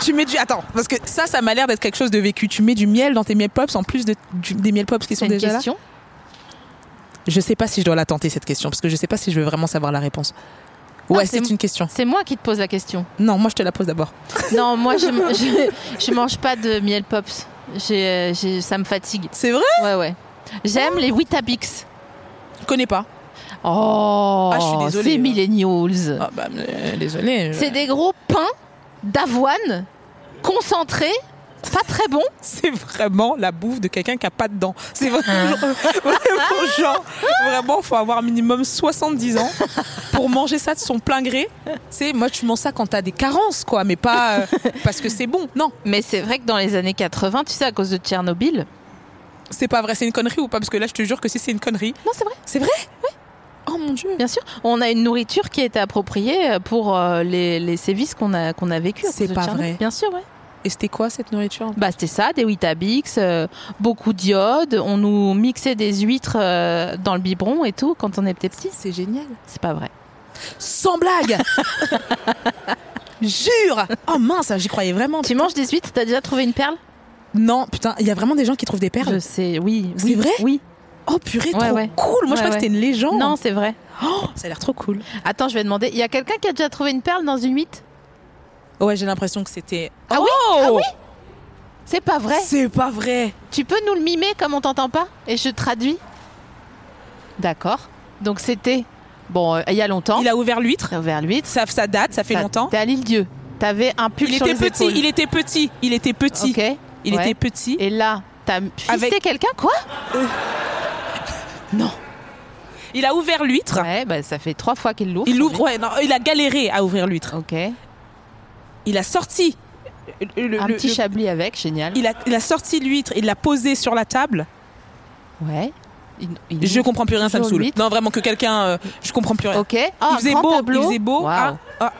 Tu mets du. Attends, parce que ça, ça m'a l'air d'être quelque chose de vécu. Tu mets du miel dans tes miel pops en plus de, du- des miel pops qui C'est sont une déjà question. là Je sais pas si je dois la tenter cette question, parce que je sais pas si je veux vraiment savoir la réponse. Ouais, Ah, c'est c'est m- une question. C'est moi qui te pose la question. Non, moi je te la pose d'abord. Non, moi je, je, je mange pas de miel pops. J'ai, euh, j'ai- ça me fatigue. C'est vrai Ouais, ouais. J'aime les Witabix. Je connais pas. Oh, Ah, je suis désolée, c'est hein. millennials. Ah bah, euh, désolé. C'est des gros pains d'avoine concentrés, pas très bons. C'est vraiment la bouffe de quelqu'un qui a pas de dents. C'est vraiment, vraiment genre, vraiment, faut avoir minimum 70 ans pour manger ça de son plein gré. Tu sais, moi, tu manges ça quand t'as des carences, quoi, mais pas euh, parce que c'est bon. Non, Mais c'est vrai que dans les années 80, tu sais, à cause de Tchernobyl. c'est pas vrai, c'est une connerie ou pas Parce que là, je te jure que si c'est une connerie, Non, c'est vrai, C'est vrai Oh mon dieu bien sûr. On a une nourriture qui était appropriée pour euh, les, les sévices qu'on a, qu'on a vécu. à C'est cause de pas Tchernobyl. vrai. Bien sûr, ouais. Et c'était quoi cette nourriture Bah, c'était ça, des Witabix, euh, beaucoup d'iode. On nous mixait des huîtres euh, dans le biberon et tout quand on était petit. C'est génial Oh, C'est pas vrai. Sans blague Jure Oh mince, j'y croyais vraiment Tu manges des huîtres, t'as déjà trouvé une perle Non, putain, il y a vraiment des gens qui trouvent des perles Je sais, oui. C'est oui, vrai Oui. Oh purée, Ouais, trop ouais. cool Moi je Ouais, croyais ouais. que c'était une légende Non, c'est vrai. Oh, Ça a l'air trop cool Attends, je vais demander. Il y a quelqu'un qui a déjà trouvé une perle dans une huître Ouais, j'ai l'impression que c'était. Ah oui Oh Ah oui C'est pas vrai. C'est pas vrai. Tu peux nous le mimer comme on t'entend pas Et je traduis. D'accord. Donc c'était. Bon, euh, il y a longtemps. Il a ouvert l'huître. ouvert l'huître. Ça, ça date, ça fait T'as- longtemps. T'es à l'île Dieu. T'avais un pull Il sur était les petit. épaules. Il était petit. Il était petit. Ok. Il Ouais. était petit. Et là, t'as fisté Avec- quelqu'un, quoi Non. Il a ouvert l'huître. Ouais, bah, ça fait trois fois qu'il l'ouvre. Il ouvre. Ouais, non, il a galéré à ouvrir l'huître. Ok. Il a sorti. le- le- un le- petit le- chablis avec, génial. il a, il a sorti l'huître, il l'a posée sur la table. Ouais. Il- il Je ouvre comprends plus rien, ça me toujours saoule. l'huître. Non, vraiment que quelqu'un, euh, je comprends plus rien. Ok. Ah, il faisait grand beau, tableau. il faisait beau. Waouh. Ah, ah.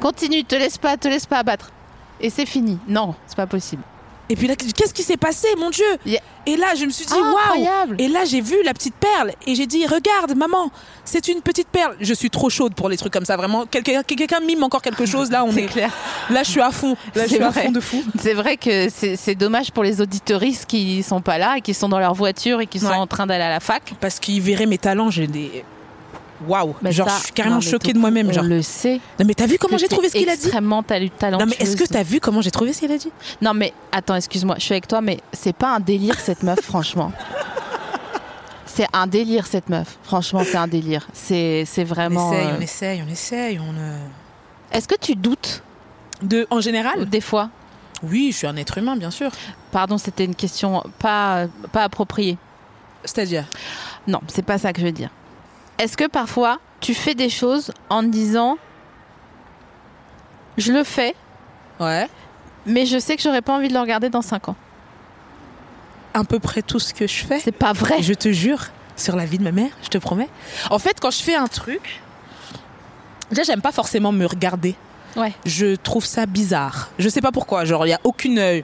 Continue, te laisse pas, te laisse pas abattre. Et c'est fini. Non, c'est pas possible. Et puis là, qu'est-ce qui s'est passé, mon Dieu Il y a- Et là, je me suis dit, Ah, waouh incroyable. Et là, j'ai vu la petite perle et j'ai dit, regarde, maman, c'est une petite perle. Je suis trop chaude pour les trucs comme ça, vraiment. Quelqu'un quelqu'un mime encore quelque chose, là, on est, C'est clair. Là, je suis à fond. Là, C'est je suis à vrai. fond de fou. C'est vrai que c'est c'est dommage pour les auditoristes qui sont pas là et qui sont dans leur voiture et qui sont Ouais. en train d'aller à la fac. Parce qu'ils verraient mes talents, j'ai des. Waouh Mais Genre, ça, je suis carrément non, mais choquée tout- de moi-même. Genre. On le sait. Non, mais t'as vu comment que j'ai t'es trouvé ce qu'il a dit Extrêmement talu- Non, talentueuse. mais est-ce que t'as vu comment j'ai trouvé ce qu'il a dit Non, mais attends, excuse-moi, je suis avec toi, mais c'est pas un délire cette meuf, franchement. C'est un délire cette meuf. Franchement, c'est un délire. C'est c'est vraiment. On essaye, euh, on essaye, on essaye. On, euh, Est-ce que tu doutes De, en général des fois Oui, je suis un être humain, bien sûr. Pardon, c'était une question pas pas appropriée. C'est-à-dire Non, c'est pas ça que je veux dire. Est-ce que parfois tu fais des choses en te disant je le fais, Ouais. mais je sais que j'aurais pas envie de le regarder dans 5 ans. À peu près tout ce que je fais. C'est pas vrai. Je te jure, sur la vie de ma mère, je te promets. En fait, quand je fais un truc, déjà, j'aime pas forcément me regarder. Ouais. Je trouve ça bizarre. Je sais pas pourquoi. Genre, il y a aucune. euh,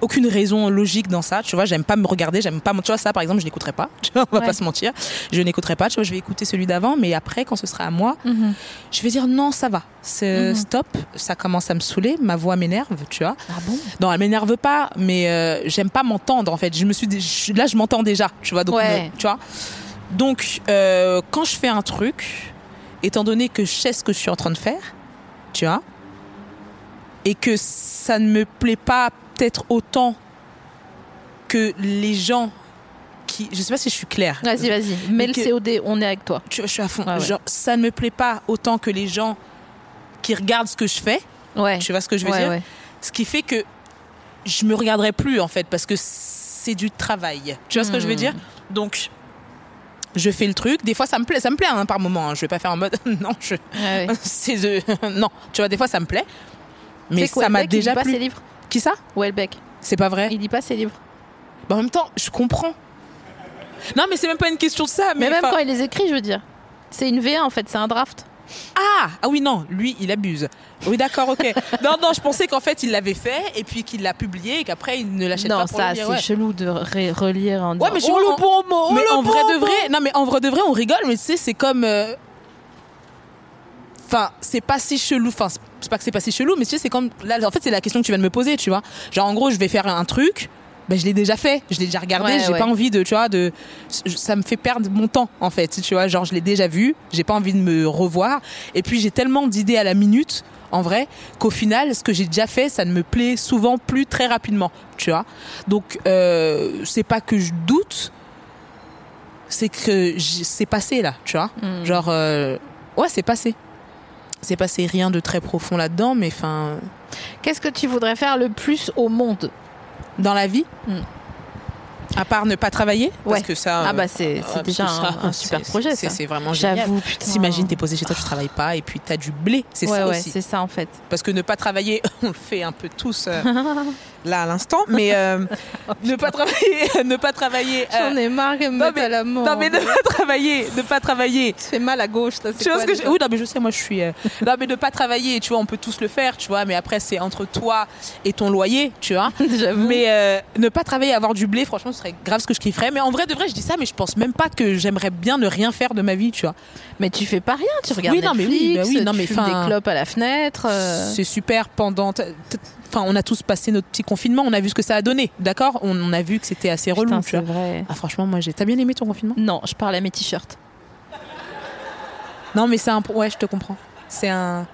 aucune raison logique dans ça, tu vois, j'aime pas me regarder, j'aime pas, mon- tu vois, ça par exemple, je n'écouterai pas, tu vois, on va Ouais. pas se mentir, je n'écouterai pas, tu vois, je vais écouter celui d'avant, mais après, quand ce sera à moi, Mhm. je vais dire non, ça va, c'est Mhm. stop, ça commence à me saouler, ma voix m'énerve, tu vois, Ah bon Non, elle m'énerve pas, mais euh, j'aime pas m'entendre en fait. Je me suis dé- je- là, je m'entends déjà, tu vois. Donc, Ouais. me- tu vois. Donc, euh, quand je fais un truc, étant donné que je sais ce que je suis en train de faire, tu vois, et que ça ne me plaît pas peut-être autant que les gens qui, je sais pas si je suis claire. Vas-y, vas-y. Mets que- le COD, on est avec toi. Tu vois, je suis à fond. Ouais, ouais. Genre, ça ne me plaît pas autant que les gens qui regardent ce que je fais. Ouais. Tu vois ce que je veux Ouais, dire ouais. ce qui fait que je me regarderai plus en fait parce que c'est du travail. Tu vois ce que je veux Hmm. dire Donc je fais le truc. Des fois ça me plaît, ça me plaît hein, par moment. hein. Je vais pas faire en mode non, je Ouais, ouais. c'est de- non. Tu vois, des fois ça me plaît, mais C'est quoi, ça m'a Houellebecq, il déjà dit pas ses plu. livres. Qui ça Houellebecq, C'est pas vrai. il dit pas ses livres. Bah, en même temps, je comprends. Non, mais c'est même pas une question de ça. Mais Mais, même enfin- quand il les écrit, je veux dire. C'est une V1 en fait, c'est un draft. Ah, ah oui, non, lui, il abuse. Oui, d'accord, ok. non, non, je pensais qu'en fait, il l'avait fait et puis qu'il l'a publié et qu'après, il ne l'achète pas Non, pour ça le lire, c'est ouais. chelou de ré- relire en disant, Ouais, mais je oh, suis le bon mot. Mais en vrai de vrai, non, mais en vrai de vrai, on rigole, mais tu sais, c'est comme. euh, Enfin, c'est pas si chelou. Enfin, c'est- c'est pas que c'est pas si chelou, mais tu sais, c'est comme. Là, en fait, c'est la question que tu viens de me poser, tu vois. Genre, en gros, je vais faire un truc. Ben, je l'ai déjà fait, je l'ai déjà regardé, Ouais, j'ai ouais. pas envie de, tu vois, de, je- ça me fait perdre mon temps en fait, tu vois, genre je l'ai déjà vu, j'ai pas envie de me revoir, et puis j'ai tellement d'idées à la minute, en vrai, qu'au final, ce que j'ai déjà fait, ça ne me plaît souvent plus très rapidement, tu vois. Donc euh, c'est pas que je doute, c'est que j- c'est passé là, tu vois. Hmm. Genre, euh, ouais, c'est passé. C'est passé rien de très profond là-dedans, mais enfin, Qu'est-ce que tu voudrais faire le plus au monde dans la vie, Mm. à part ne pas travailler, Ouais. parce que ça. Ah euh, bah c'est ah, c'est parce déjà que ça, un, un super c'est- projet c'est- ça. C'est vraiment génial. J'avoue putain. T'imagines, t'es posé chez toi, tu travailles pas, et puis t'as du blé, c'est ouais, ça ouais, aussi. Euh, c'est ça en fait. Parce que ne pas travailler, on le fait un peu tous euh, là à l'instant, mais euh, ne pas travailler, ne pas travailler, euh, J'en ai marre de me non, mettre mais- à la mort. non mais ne pas travailler, ne pas travailler. se fait mal à gauche là. Tu vois ce que je... Oui, non mais je sais, moi je suis. euh, Non mais ne pas travailler, tu vois, on peut tous le faire, tu vois, mais après c'est entre toi et ton loyer, tu vois. J'avoue. Mais euh, ne pas travailler, avoir du blé, franchement, ce serait grave ce que je kifferais. Mais en vrai, de vrai, je dis ça, mais je pense même pas que j'aimerais bien ne rien faire de ma vie, tu vois. Mais tu fais pas rien, tu regardes Oui, non, mais Netflix, oui, bah oui, non, tu mais fumes enfin- des clopes à la fenêtre. euh, C'est super pendant. t- t- Enfin, on a tous passé notre petit confinement, on a vu ce que ça a donné, d'accord on, on a vu que c'était assez relou, putain, tu c'est vois. vrai. Ah, franchement, moi, j'ai. T'as bien aimé ton confinement Non, je parle à mes t-shirts. Non, mais c'est un. Ouais, je te comprends. C'est un.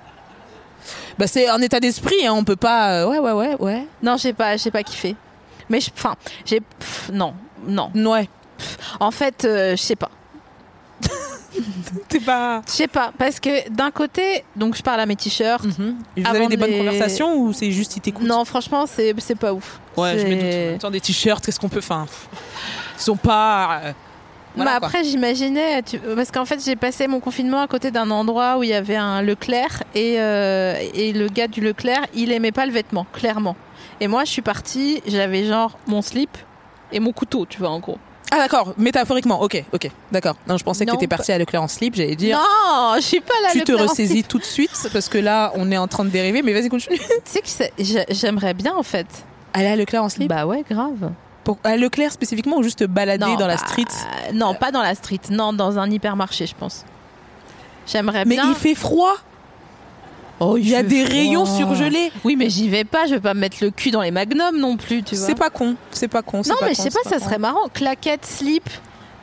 Bah, c'est un état d'esprit, hein, on peut pas. euh, Ouais, ouais, ouais, ouais. Non, j'ai pas, j'ai pas kiffé. Mais je- enfin, j'ai, pff, non, non. Ouais. En fait, euh, je sais pas. T'es pas. Je sais pas, parce que d'un côté, donc je parle à mes t-shirts. Vous Mhm. Avant avez des de bonnes les- conversations ou c'est juste ils t'écoutent Non, franchement, c'est c'est pas ouf. Mm. Ouais, je C'est- me doute. En même temps, des t-shirts, qu'est-ce qu'on peut. Enfin, pff, ils sont pas. euh, voilà, Bah, quoi. après, j'imaginais, tu- parce qu'en fait, j'ai passé mon confinement à côté d'un endroit où il y avait un Leclerc et, euh, et le gars du Leclerc, il aimait pas le vêtement, clairement. Et moi, je suis partie, j'avais genre mon slip et mon couteau, tu vois, en gros. Ah, d'accord, métaphoriquement, ok, ok, d'accord. Non, je pensais Non, que t'étais pas- partie à Leclerc en slip, j'allais dire. Non, je suis pas là. tu te Leclerc en ressaisis tout de suite parce que là, on est en train de dériver, mais vas-y, continue. slip. Tu sais que c'est- j'a- j'aimerais bien, en fait. Aller à Leclerc en slip Bah ouais, grave. Pour- À Leclerc spécifiquement ou juste te balader dans la bah, street Non, pas dans la street. Non, dans un hypermarché, je pense. J'aimerais Mais bien. il fait froid Oh, Il y a fait des froid. rayons surgelés Oui, mais j'y vais pas. Je vais pas me mettre le cul dans les magnums non plus, tu vois. C'est pas con, c'est pas hein. con. c'est non, mais je con, sais pas, c'est ça con. serait marrant. Claquette, slip,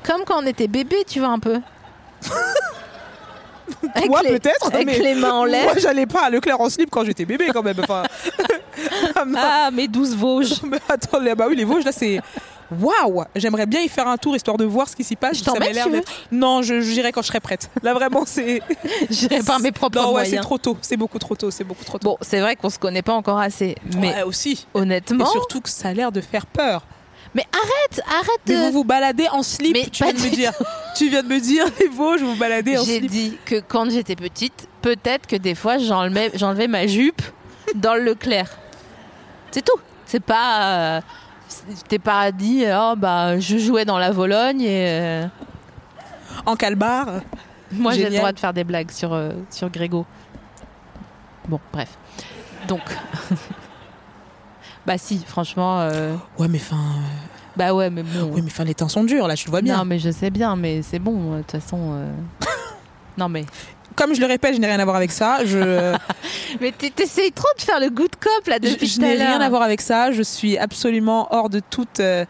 comme quand on était bébé, tu vois un peu. Avec Toi, les- peut-être, Avec mais les mains en l'air. Moi, j'allais pas à Leclerc en slip quand j'étais bébé quand même. Enfin... ah, non. Ah, mes douze Vosges. Mais attends, là, bah oui, les Vosges, là, c'est. Waouh J'aimerais bien y faire un tour histoire de voir ce qui s'y passe. Je Ça m'a t'emmène, l'air tu veux d'être- Non, je- j'irai quand je serai prête. Là, vraiment, c'est. J'irai par Eh ben, mes propres Non, ouais, c'est moyens. trop tôt. C'est beaucoup trop tôt. C'est beaucoup trop tôt. Bon, c'est vrai qu'on se connaît pas encore assez, mais Ouais, aussi. Et honnêtement. surtout que ça a l'air de faire peur. Mais arrête, arrête Mais vous de. vous baladez en slip. Mais tu viens pas de me du dire. Tu viens de me dire, les Vosges, vous vous baladez en J'ai slip. dit que quand j'étais petite, peut-être que des fois j'enlevais, j'enlevais ma jupe dans le Leclerc. C'est tout. C'est pas. euh, c'est- T'es pas dit, oh bah je jouais dans la Vologne et. euh, En calbar. Moi, j'ai le Génial. droit de faire des blagues sur, euh, sur Grégo. Bon, bref. Donc. bah, si, franchement. euh, Ouais, mais enfin. Bah, ouais, mais bon. Oui, mais enfin, les temps sont durs, là, je le vois bien. Non, mais je sais bien, mais c'est bon, euh, de toute façon. euh, non, mais. Comme je le répète, je n'ai rien à voir avec ça. Je. Mais t- t'essayes trop de faire le good cop, là, je depuis je tout à n'ai rien l'heure. à voir avec ça. Je suis absolument hors de toute. euh,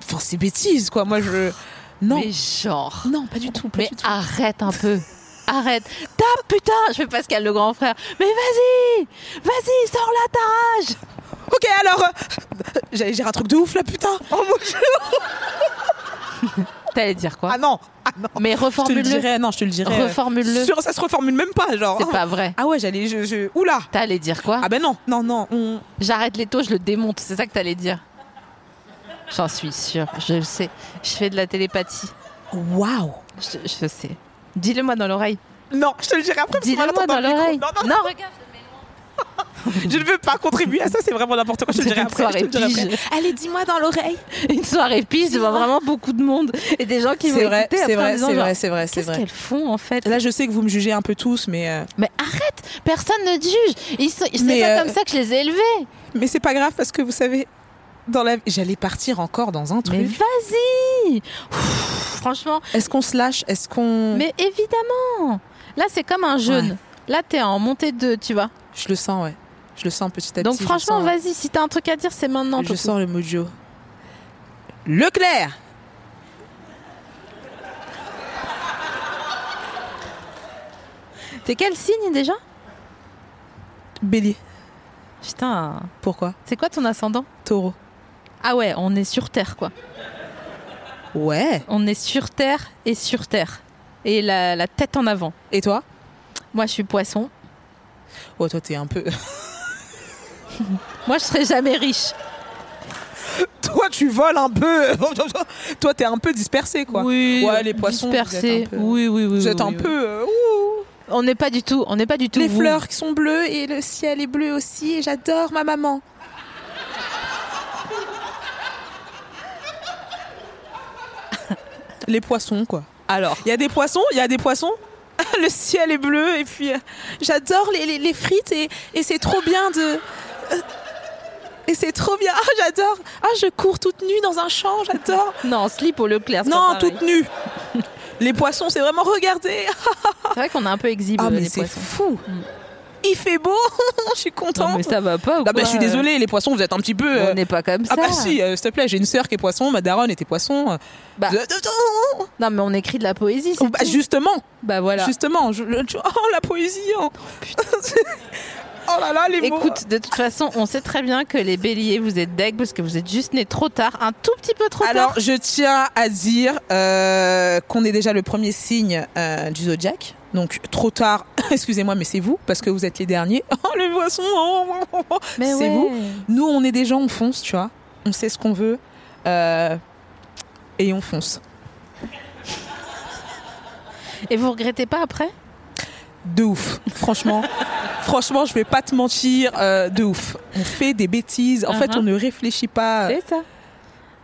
Enfin, c'est bêtise, quoi. Moi, je. ah. Non. Mais genre. Non, pas du tout. Pas mais du tout. arrête un peu. Arrête. Tape, putain Je fais Pascal le grand frère. Mais vas-y Vas-y, sors la ta rage Ok, alors. euh, J'allais dire un truc de ouf, là, putain. Oh, mon Dieu. T'allais dire quoi Ah non. Ah non. Mais Je te le reformule-le. dirai. Non, je te le dirai. euh, Reformule-le. Sur, ça se reformule même pas, genre. C'est pas vrai. Ah ouais, j'allais. Je, je... Oula. T'allais dire quoi Ah ben non, non, non. on- J'arrête les taux, je le démonte. C'est ça que t'allais dire. J'en suis sûre. Je le sais. Je fais de la télépathie. Waouh. Je, je sais. Dis-le-moi dans l'oreille. Non, je te le dirai après. parce qu'on Dis-le-moi va l'entendre dans le micro. l'oreille. Non, non, Non, regarde. je ne veux pas contribuer à ça. C'est vraiment n'importe quoi. Je te le dirai Une après. Je te le dirai soirée après. Allez, dis-moi dans l'oreille. Une soirée pige devant vraiment beaucoup de monde et des gens qui vont C'est vrai, écouter c'est après en vrai, disant c'est genre, vrai, c'est vrai, c'est Qu'est-ce vrai. qu'elles font en fait Là, je sais que vous me jugez un peu tous, mais euh, Mais arrête, personne ne te juge. Ils sont- C'est Mais, pas euh, comme ça que je les ai élevés. mais c'est pas grave parce que vous savez, dans la, j'allais partir encore dans un Mais truc. vas-y. Ouf, Franchement, Est-ce qu'on se lâche Est-ce qu'on mais évidemment. Là, c'est comme un jeûne. Là, t'es en montée de, tu vois. Je le sens, ouais. Je le sens petit à petit. Donc je franchement, sens- vas-y, si t'as un truc à dire, c'est maintenant. Je Topo. sens le mojo. Leclerc. T'es quel signe déjà Bélier. Putain, Pourquoi c'est quoi ton ascendant Taureau. Ah ouais, on est sur Terre quoi. Ouais. On est sur Terre et sur Terre. Et la, la tête en avant. Et toi Moi je suis poisson. Oh, toi, t'es un peu. Moi je serai jamais riche. toi, tu voles un peu. toi, t'es un peu dispersé, quoi. Oui, Ouais, les poissons, vous êtes un dispersés. peu- Oui, oui, oui. Vous oui, êtes oui, un oui. peu. euh, ouh. On n'est pas du tout. On n'est pas du tout. Les vous. fleurs qui sont bleues et le ciel est bleu aussi. Et j'adore ma maman. les poissons, quoi. Alors. Il y a des poissons, il y a des poissons. Le ciel est bleu et puis euh, j'adore les, les- les frites et, et c'est trop bien de... euh, Et c'est trop bien, ah j'adore Ah je cours toute nue dans un champ, j'adore Non, slip au Leclerc. c'est Non, pas pareil. toute nue Les poissons, c'est vraiment regarder C'est vrai qu'on a un peu exhibe Ah euh, mais les c'est poissons. fou il fait beau, je suis contente. Non, mais ça va pas ou Ah bah, quoi, je suis euh, désolée, les poissons, vous êtes un petit peu. euh, On n'est pas comme ça. Ah bah si, euh, s'il te plaît, j'ai une sœur qui est poisson, ma daronne était poisson. Bah. Euh, euh, Non, mais on écrit de la poésie. euh, c'est bah, tout. justement, Bah voilà. justement, je- le- tu- oh la poésie. Oh, Oh là là, les mots. Écoute, de toute façon, on sait très bien que les béliers, vous êtes deg parce que vous êtes juste nés trop tard, un tout petit peu trop Alors, tard. je tiens à dire euh, qu'on est déjà le premier signe euh, du zodiaque. Donc, trop tard, excusez-moi, mais c'est vous, parce que vous êtes les derniers. Oh, les poissons, oh, oh, oh, oh. c'est ouais. vous. Nous, on est des gens, on fonce, tu vois. On sait ce qu'on veut euh, et on fonce. Et vous regrettez pas après De ouf, franchement. franchement, je vais pas te mentir, euh, de ouf. On fait des bêtises. En fait, Mhm. on ne réfléchit pas. C'est ça.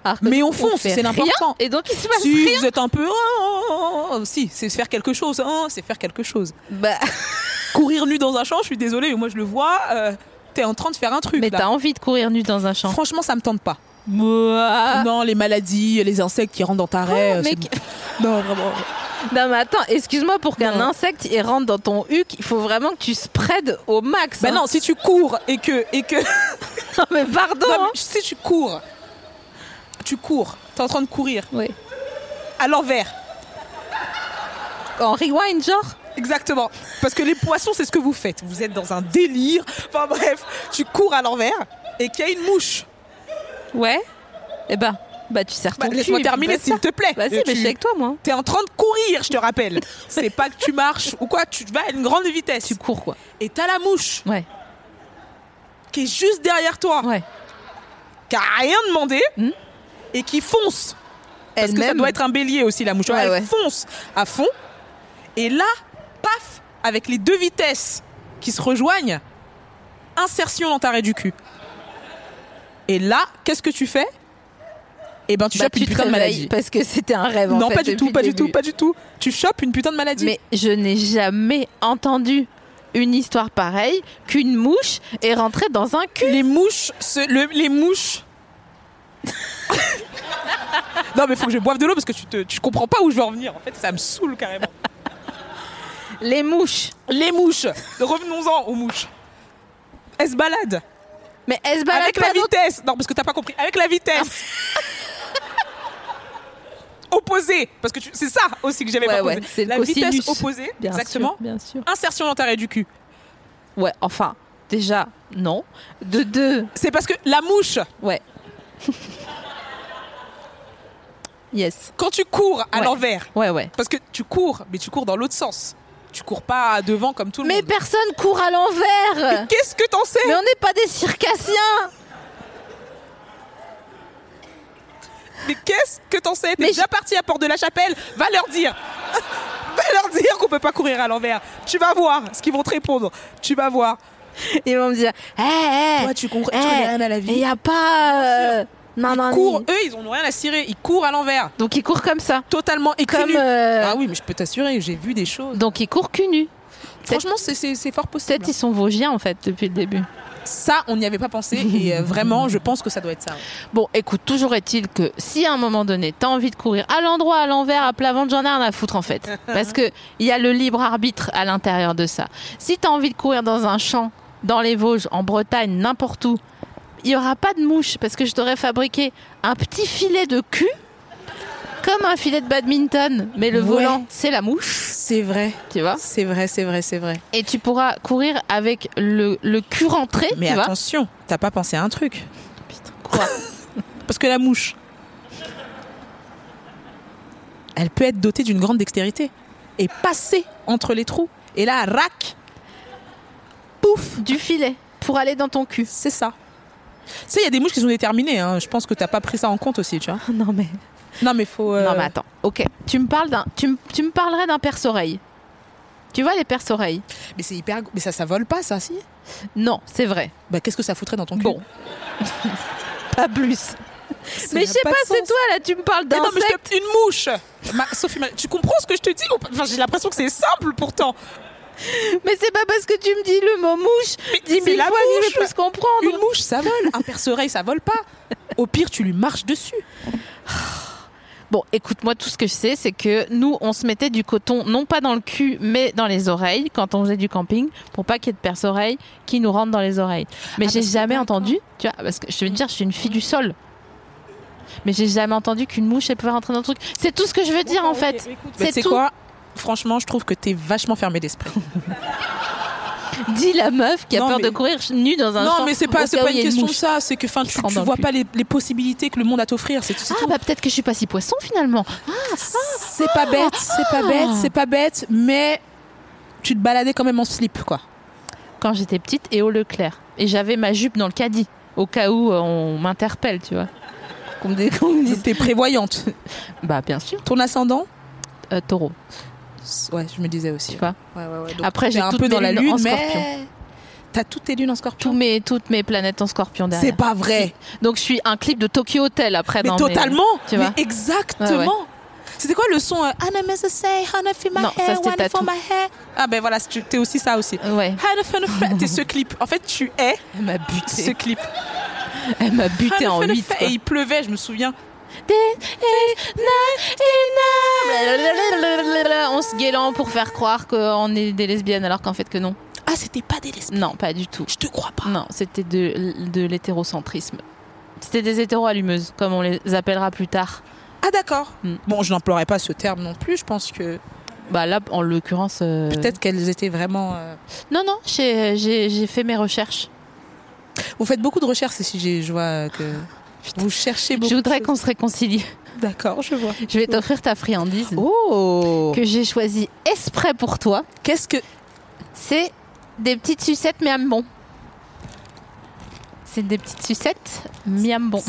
Alors que Mais nous, on fonce, fait c'est rien, l'important. Et donc il se passe Si rien. vous êtes un peu, oh, oh, oh, oh, si, c'est faire quelque chose. Oh, c'est faire quelque chose. Bah, courir nu dans un champ, je suis désolée, mais moi je le vois, euh, t'es en train de faire un truc. mais là. t'as envie de courir nu dans un champ. Ah. Franchement, ça me tente pas. Moi. Non, les maladies, les insectes qui rentrent dans ta raie. euh, mais c'est bon. Non, vraiment. Non mais attends, excuse-moi pour qu'un Non. insecte il rentre dans ton huc, il faut vraiment que tu spreads au max. Bah hein. non, si tu cours et que. Et que... Non, mais pardon. Non, hein. mais si tu cours, tu cours, t'es en train de courir, Oui. à l'envers. En rewind genre. Exactement. Parce que les poissons, c'est ce que vous faites. Vous êtes dans un délire. Enfin bref, tu cours à l'envers et qu'il y a une mouche. Ouais. Eh ben, bah tu sers ton Bah, cul, Laisse-moi et puis terminer, basta. s'il te plaît. Bah si, Et mais tu- je suis avec toi moi. T'es en train de courir, je te rappelle. C'est pas que tu marches ou quoi, tu vas à une grande vitesse. Tu cours quoi. Et t'as la mouche Ouais. qui est juste derrière toi, Ouais. qui a rien demandé Hmm. et qui fonce. Parce que ça Elle-même. doit être un bélier aussi, la mouche. tu vois, Ouais, ouais. Elle fonce à fond. Et là, paf, avec les deux vitesses qui se rejoignent, insertion dans ta raie du cul. Et là, qu'est-ce que tu fais Eh ben, tu Bah, chopes une te putain de réveilles, maladie. Parce que c'était un rêve. en non, fait, pas du depuis tout, le pas du début. tout, pas du tout. Tu chopes une putain de maladie. Mais je n'ai jamais entendu une histoire pareille qu'une mouche est rentrée dans un cul. Les mouches, se- le- les mouches. non mais faut que je boive de l'eau parce que tu te, tu comprends pas où je veux en venir. En fait, ça me saoule carrément. Les mouches. Les mouches. Revenons-en aux mouches. Elles se baladent Mais elles se baladent avec pas la dans- vitesse. Non parce que t'as pas compris. Avec la vitesse. opposée parce que tu- c'est ça aussi que j'avais Ouais, pas ouais, compris. c'est le La cosinus. vitesse opposée. Bien sûr, exactement. bien sûr. Insertion dans ta raie du cul. Ouais, enfin, déjà, non. De deux, C'est parce que la mouche, ouais. yes. quand tu cours à Ouais. l'envers, Ouais, ouais. parce que tu cours, mais tu cours dans l'autre sens. Tu cours pas devant comme tout le Mais monde. personne court à l'envers. Qu'est-ce que t'en sais Mais on n'est pas des circassiens. Mais qu'est-ce que t'en sais T'es Mais déjà je- parti à Porte de la Chapelle Va leur dire Va leur dire qu'on peut pas courir à l'envers. Tu vas voir ce qu'ils vont te répondre. Tu vas voir. Ils vont me dire, eh, hé, hé, Toi, tu comprends- hé, tu connais rien à la vie. Il n'y a pas. euh, Non, non, Ils non. courent, eux, ils ont rien à cirer. Ils courent à l'envers. Donc ils courent comme ça. Totalement écrit Comme, nu. euh, Ah oui, mais je peux t'assurer, j'ai vu des choses. Donc ils courent cul nu. Franchement, c'est- c'est c'est fort possible. Peut-être ils sont vosgiens en fait depuis le début. Ça, on n'y avait pas pensé. Et euh, vraiment, je pense que ça doit être ça. Bon, écoute, toujours est-il que si à un moment donné, t'as envie de courir à l'endroit, à l'envers, à plat ventre, j'en ai rien à foutre en fait. Parce que il y a le libre arbitre à l'intérieur de ça. Si t'as envie de courir dans un champ, dans les Vosges, en Bretagne, n'importe où, il n'y aura pas de mouche parce que je t'aurais fabriqué un petit filet de cul, comme un filet de badminton, mais le Ouais. volant, c'est la mouche, C'est vrai. tu vois. C'est vrai, c'est vrai, c'est vrai. Et tu pourras courir avec le, le cul rentré, Mais tu vois. attention, t'as pas pensé à un truc. Putain, quoi Parce que la mouche, elle peut être dotée d'une grande dextérité et passer entre les trous. Et là, rac, pouf, Du filet pour aller dans ton cul. c'est ça. Tu sais, il y a des mouches qui sont déterminées. hein. Je pense que t'as pas pris ça en compte aussi, tu vois. Non mais Ah, Non, mais faut. euh, Non mais attends, ok. Tu me parles d'un, tu, me- tu me parlerais d'un perce-oreille. Tu vois les perce-oreilles Mais c'est hyper. Mais ça, ça vole pas, ça, si. Non, c'est vrai. Bah, qu'est-ce que ça foutrait dans ton cul Bon. Pas plus. Mais je sais pas, c'est toi là, tu me parles Mais non, mais d'insectes. je te- une mouche. Ma- Sophie, ma- tu comprends ce que je te dis ou pas Enfin, j'ai l'impression que c'est simple pourtant. Mais, c'est pas parce que tu me dis le mot mouche Mais dix c'est mille la fois que je vais mouche. plus comprendre. Une mouche, ça vole. Un perce-oreille, ça vole pas. Au pire, tu lui marches dessus. Bon, écoute-moi, tout ce que je sais, c'est que nous, on se mettait du coton, non pas dans le cul, mais dans les oreilles, quand on faisait du camping, pour pas qu'il y ait de perce-oreilles qui nous rentrent dans les oreilles. Mais j'ai jamais entendu, tu vois, parce que je veux te dire, je suis une fille du sol. Mais j'ai jamais entendu qu'une mouche, elle pouvait rentrer dans le truc. C'est tout ce que je veux dire, en fait. Mais C'est c'est tout. quoi Franchement, je trouve que t'es vachement fermé d'esprit. Dit la meuf qui a Non, peur mais- de courir nue dans un Non, champ mais c'est au pas, c'est cas pas où il y a une question de mouche. ça. C'est que, enfin, tu, se rend tu dans le vois cul. pas les, les possibilités que le monde a t'offrir. C'est c'est Ah, tout. bah peut-être que je suis pas si poisson, finalement. C'est pas bête, c'est pas bête, c'est pas bête, mais tu te baladais quand même en slip, quoi. Quand j'étais petite, et au Leclerc. Et j'avais ma jupe dans le caddie, au cas où euh, on m'interpelle, tu vois. Qu'on me dé- qu'on me dise- T'es prévoyante. Bah, bien sûr, Ton ascendant euh, taureau. Ouais, je me disais aussi. Tu vois Ouais, ouais, ouais. Donc, Après, t'es j'ai un toutes peu mes dans la lunes lune, en mais scorpion. t'as toutes tes lunes en Tous scorpion. mes, toutes mes planètes en scorpion derrière. C'est pas vrai. Donc je suis un clip de Tokyo Hotel après. Mais dans mes- totalement. Tu vois Mais exactement. Ouais, ouais. C'était quoi le son euh, Anna Miss a say, Anna feel my Non, ça, hair, c'était wanna feel Tattoo. my hair. Ah ben voilà, c'est- t'es aussi ça aussi. Ah, Ouais. Anna feel my hair. T'es ce clip. En fait, tu es ah, Elle m'a ce buté. clip. Elle m'a buté Anna en feel my 8. hair. Et il pleuvait, je me souviens. On se guélant pour faire croire qu'on est des lesbiennes alors qu'en fait que non. Ah, c'était pas des lesbiennes. Non, pas du tout. Je te crois pas. Non, c'était de, de l'hétérocentrisme. C'était des hétéro-allumeuses, comme on les appellera plus tard. Ah d'accord. Mm. Bon, je n'emploierai pas ce terme non plus. Je pense que Bah là, en l'occurrence. euh, peut-être qu'elles étaient vraiment. euh, Non, non, j'ai j'ai- j'ai fait mes recherches. Vous faites beaucoup de recherches si j'ai- je vois euh, que vous cherchez beaucoup. Je voudrais de qu'on se réconcilie. choses. D'accord, je vois. Je vais t'offrir ta friandise Oh. que j'ai choisie exprès pour toi. Qu'est-ce que C'est des petites sucettes miam bon. C'est des petites sucettes miam bon.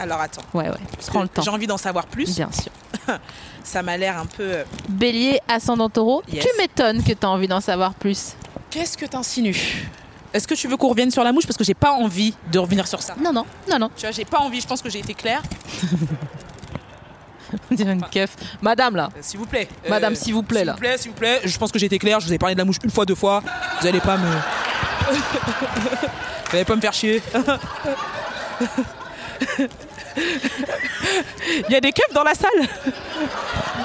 Alors attends. Ouais, ouais. Prends le temps. J'ai envie d'en savoir plus. Bien sûr. Ça m'a l'air un peu. euh, Bélier, ascendant taureau, Yes. tu m'étonnes que tu as envie d'en savoir plus. Qu'est-ce que t'insinues Est-ce que tu veux qu'on revienne sur la mouche parce que j'ai pas envie de revenir sur ça. Non, non, non, non. Tu vois, j'ai pas envie. Je pense que j'ai été claire. On dirait une keuf. Madame, là. Euh, S'il vous plaît. Euh, Madame, s'il vous plaît, là. S'il vous plaît, s'il vous plaît. Je pense que j'ai été claire. Je vous ai parlé de la mouche une fois, deux fois. Vous allez pas me. vous allez pas me faire chier. Il y a des keufs dans la salle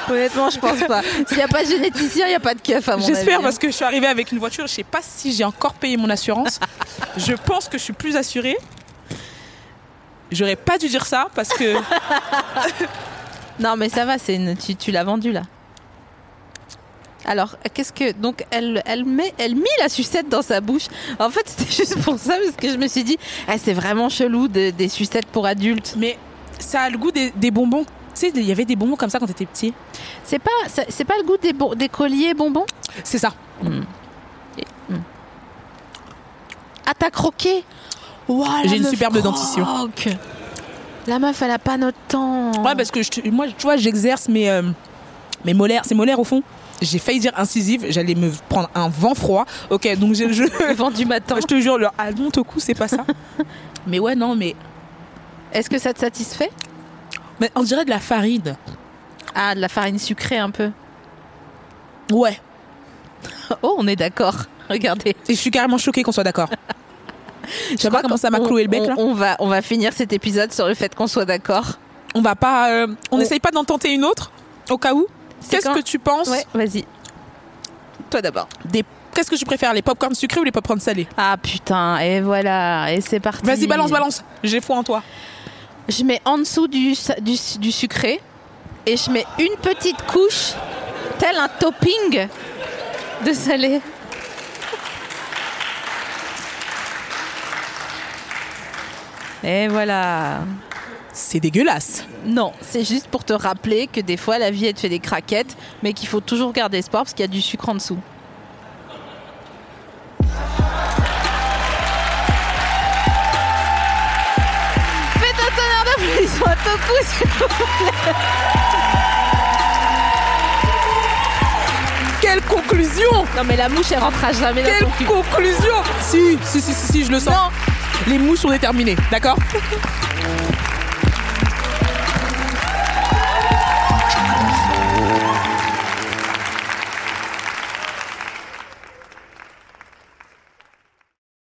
Honnêtement, je pense pas. S'il n'y a pas de généticien, il n'y a pas de keuf, à mon J'espère avis. hein. parce que je suis arrivée avec une voiture. Je sais pas si j'ai encore payé mon assurance. je pense que je suis plus assurée. J'aurais pas dû dire ça parce que Non, mais ça va, c'est une... tu, tu l'as vendu, là. Alors, qu'est-ce que. Donc, elle, elle, met, elle mit la sucette dans sa bouche. En fait, c'était juste pour ça, parce que je me suis dit, ah, c'est vraiment chelou de- des sucettes pour adultes. mais ça a le goût des, des bonbons. Tu sais, il y avait des bonbons comme ça quand t'étais petit. C'est pas, c'est c'est pas le goût des, bon- des colliers bonbons C'est ça. Ah, t'as croqué Ouah, Oh la J'ai une meuf superbe dentition. croque. La meuf, elle a pas notre temps. Ouais, parce que je te- moi, tu vois, j'exerce mes, euh, mes molaires. C'est molaires au fond. J'ai failli dire incisive. J'allais me prendre un vent froid. Ok, donc j'ai- je, Le vent du matin. je te jure, leur ah non, Toku, c'est pas ça. mais ouais, non, mais, Est-ce que ça te satisfait mais on dirait de la farine. Ah, de la farine sucrée un peu. Ouais. Oh, on est d'accord. Regardez. Et je suis carrément choquée qu'on soit d'accord. Je sais pas comment ça m'a On- cloué le bec on, là. on va, on va finir cet épisode sur le fait qu'on soit d'accord. On va pas. euh, on on- n'essaye pas d'en tenter une autre au cas où. C'est Qu'est-ce quand- que tu penses Ouais, vas-y. Toi d'abord. des... Qu'est-ce que tu préfères, les popcorn sucrés ou les popcorn salés Ah putain, et voilà, et c'est parti. Vas-y, balance, balance. J'ai foi en toi. Je mets en dessous du, sa- du, du sucré et je mets une petite couche, tel un topping de salé. Et voilà. C'est dégueulasse. Non, c'est juste pour te rappeler que des fois la vie elle te fait des craquettes, mais qu'il faut toujours garder espoir parce qu'il y a du sucre en dessous. Faites un tonnerre d'applaudissements à Toku, s'il vous plaît. Quelle conclusion Non mais la mouche elle rentrera jamais dans Quelle ton cul. conclusion si, si, si, si, si, je le sens. Les mouches sont déterminées, d'accord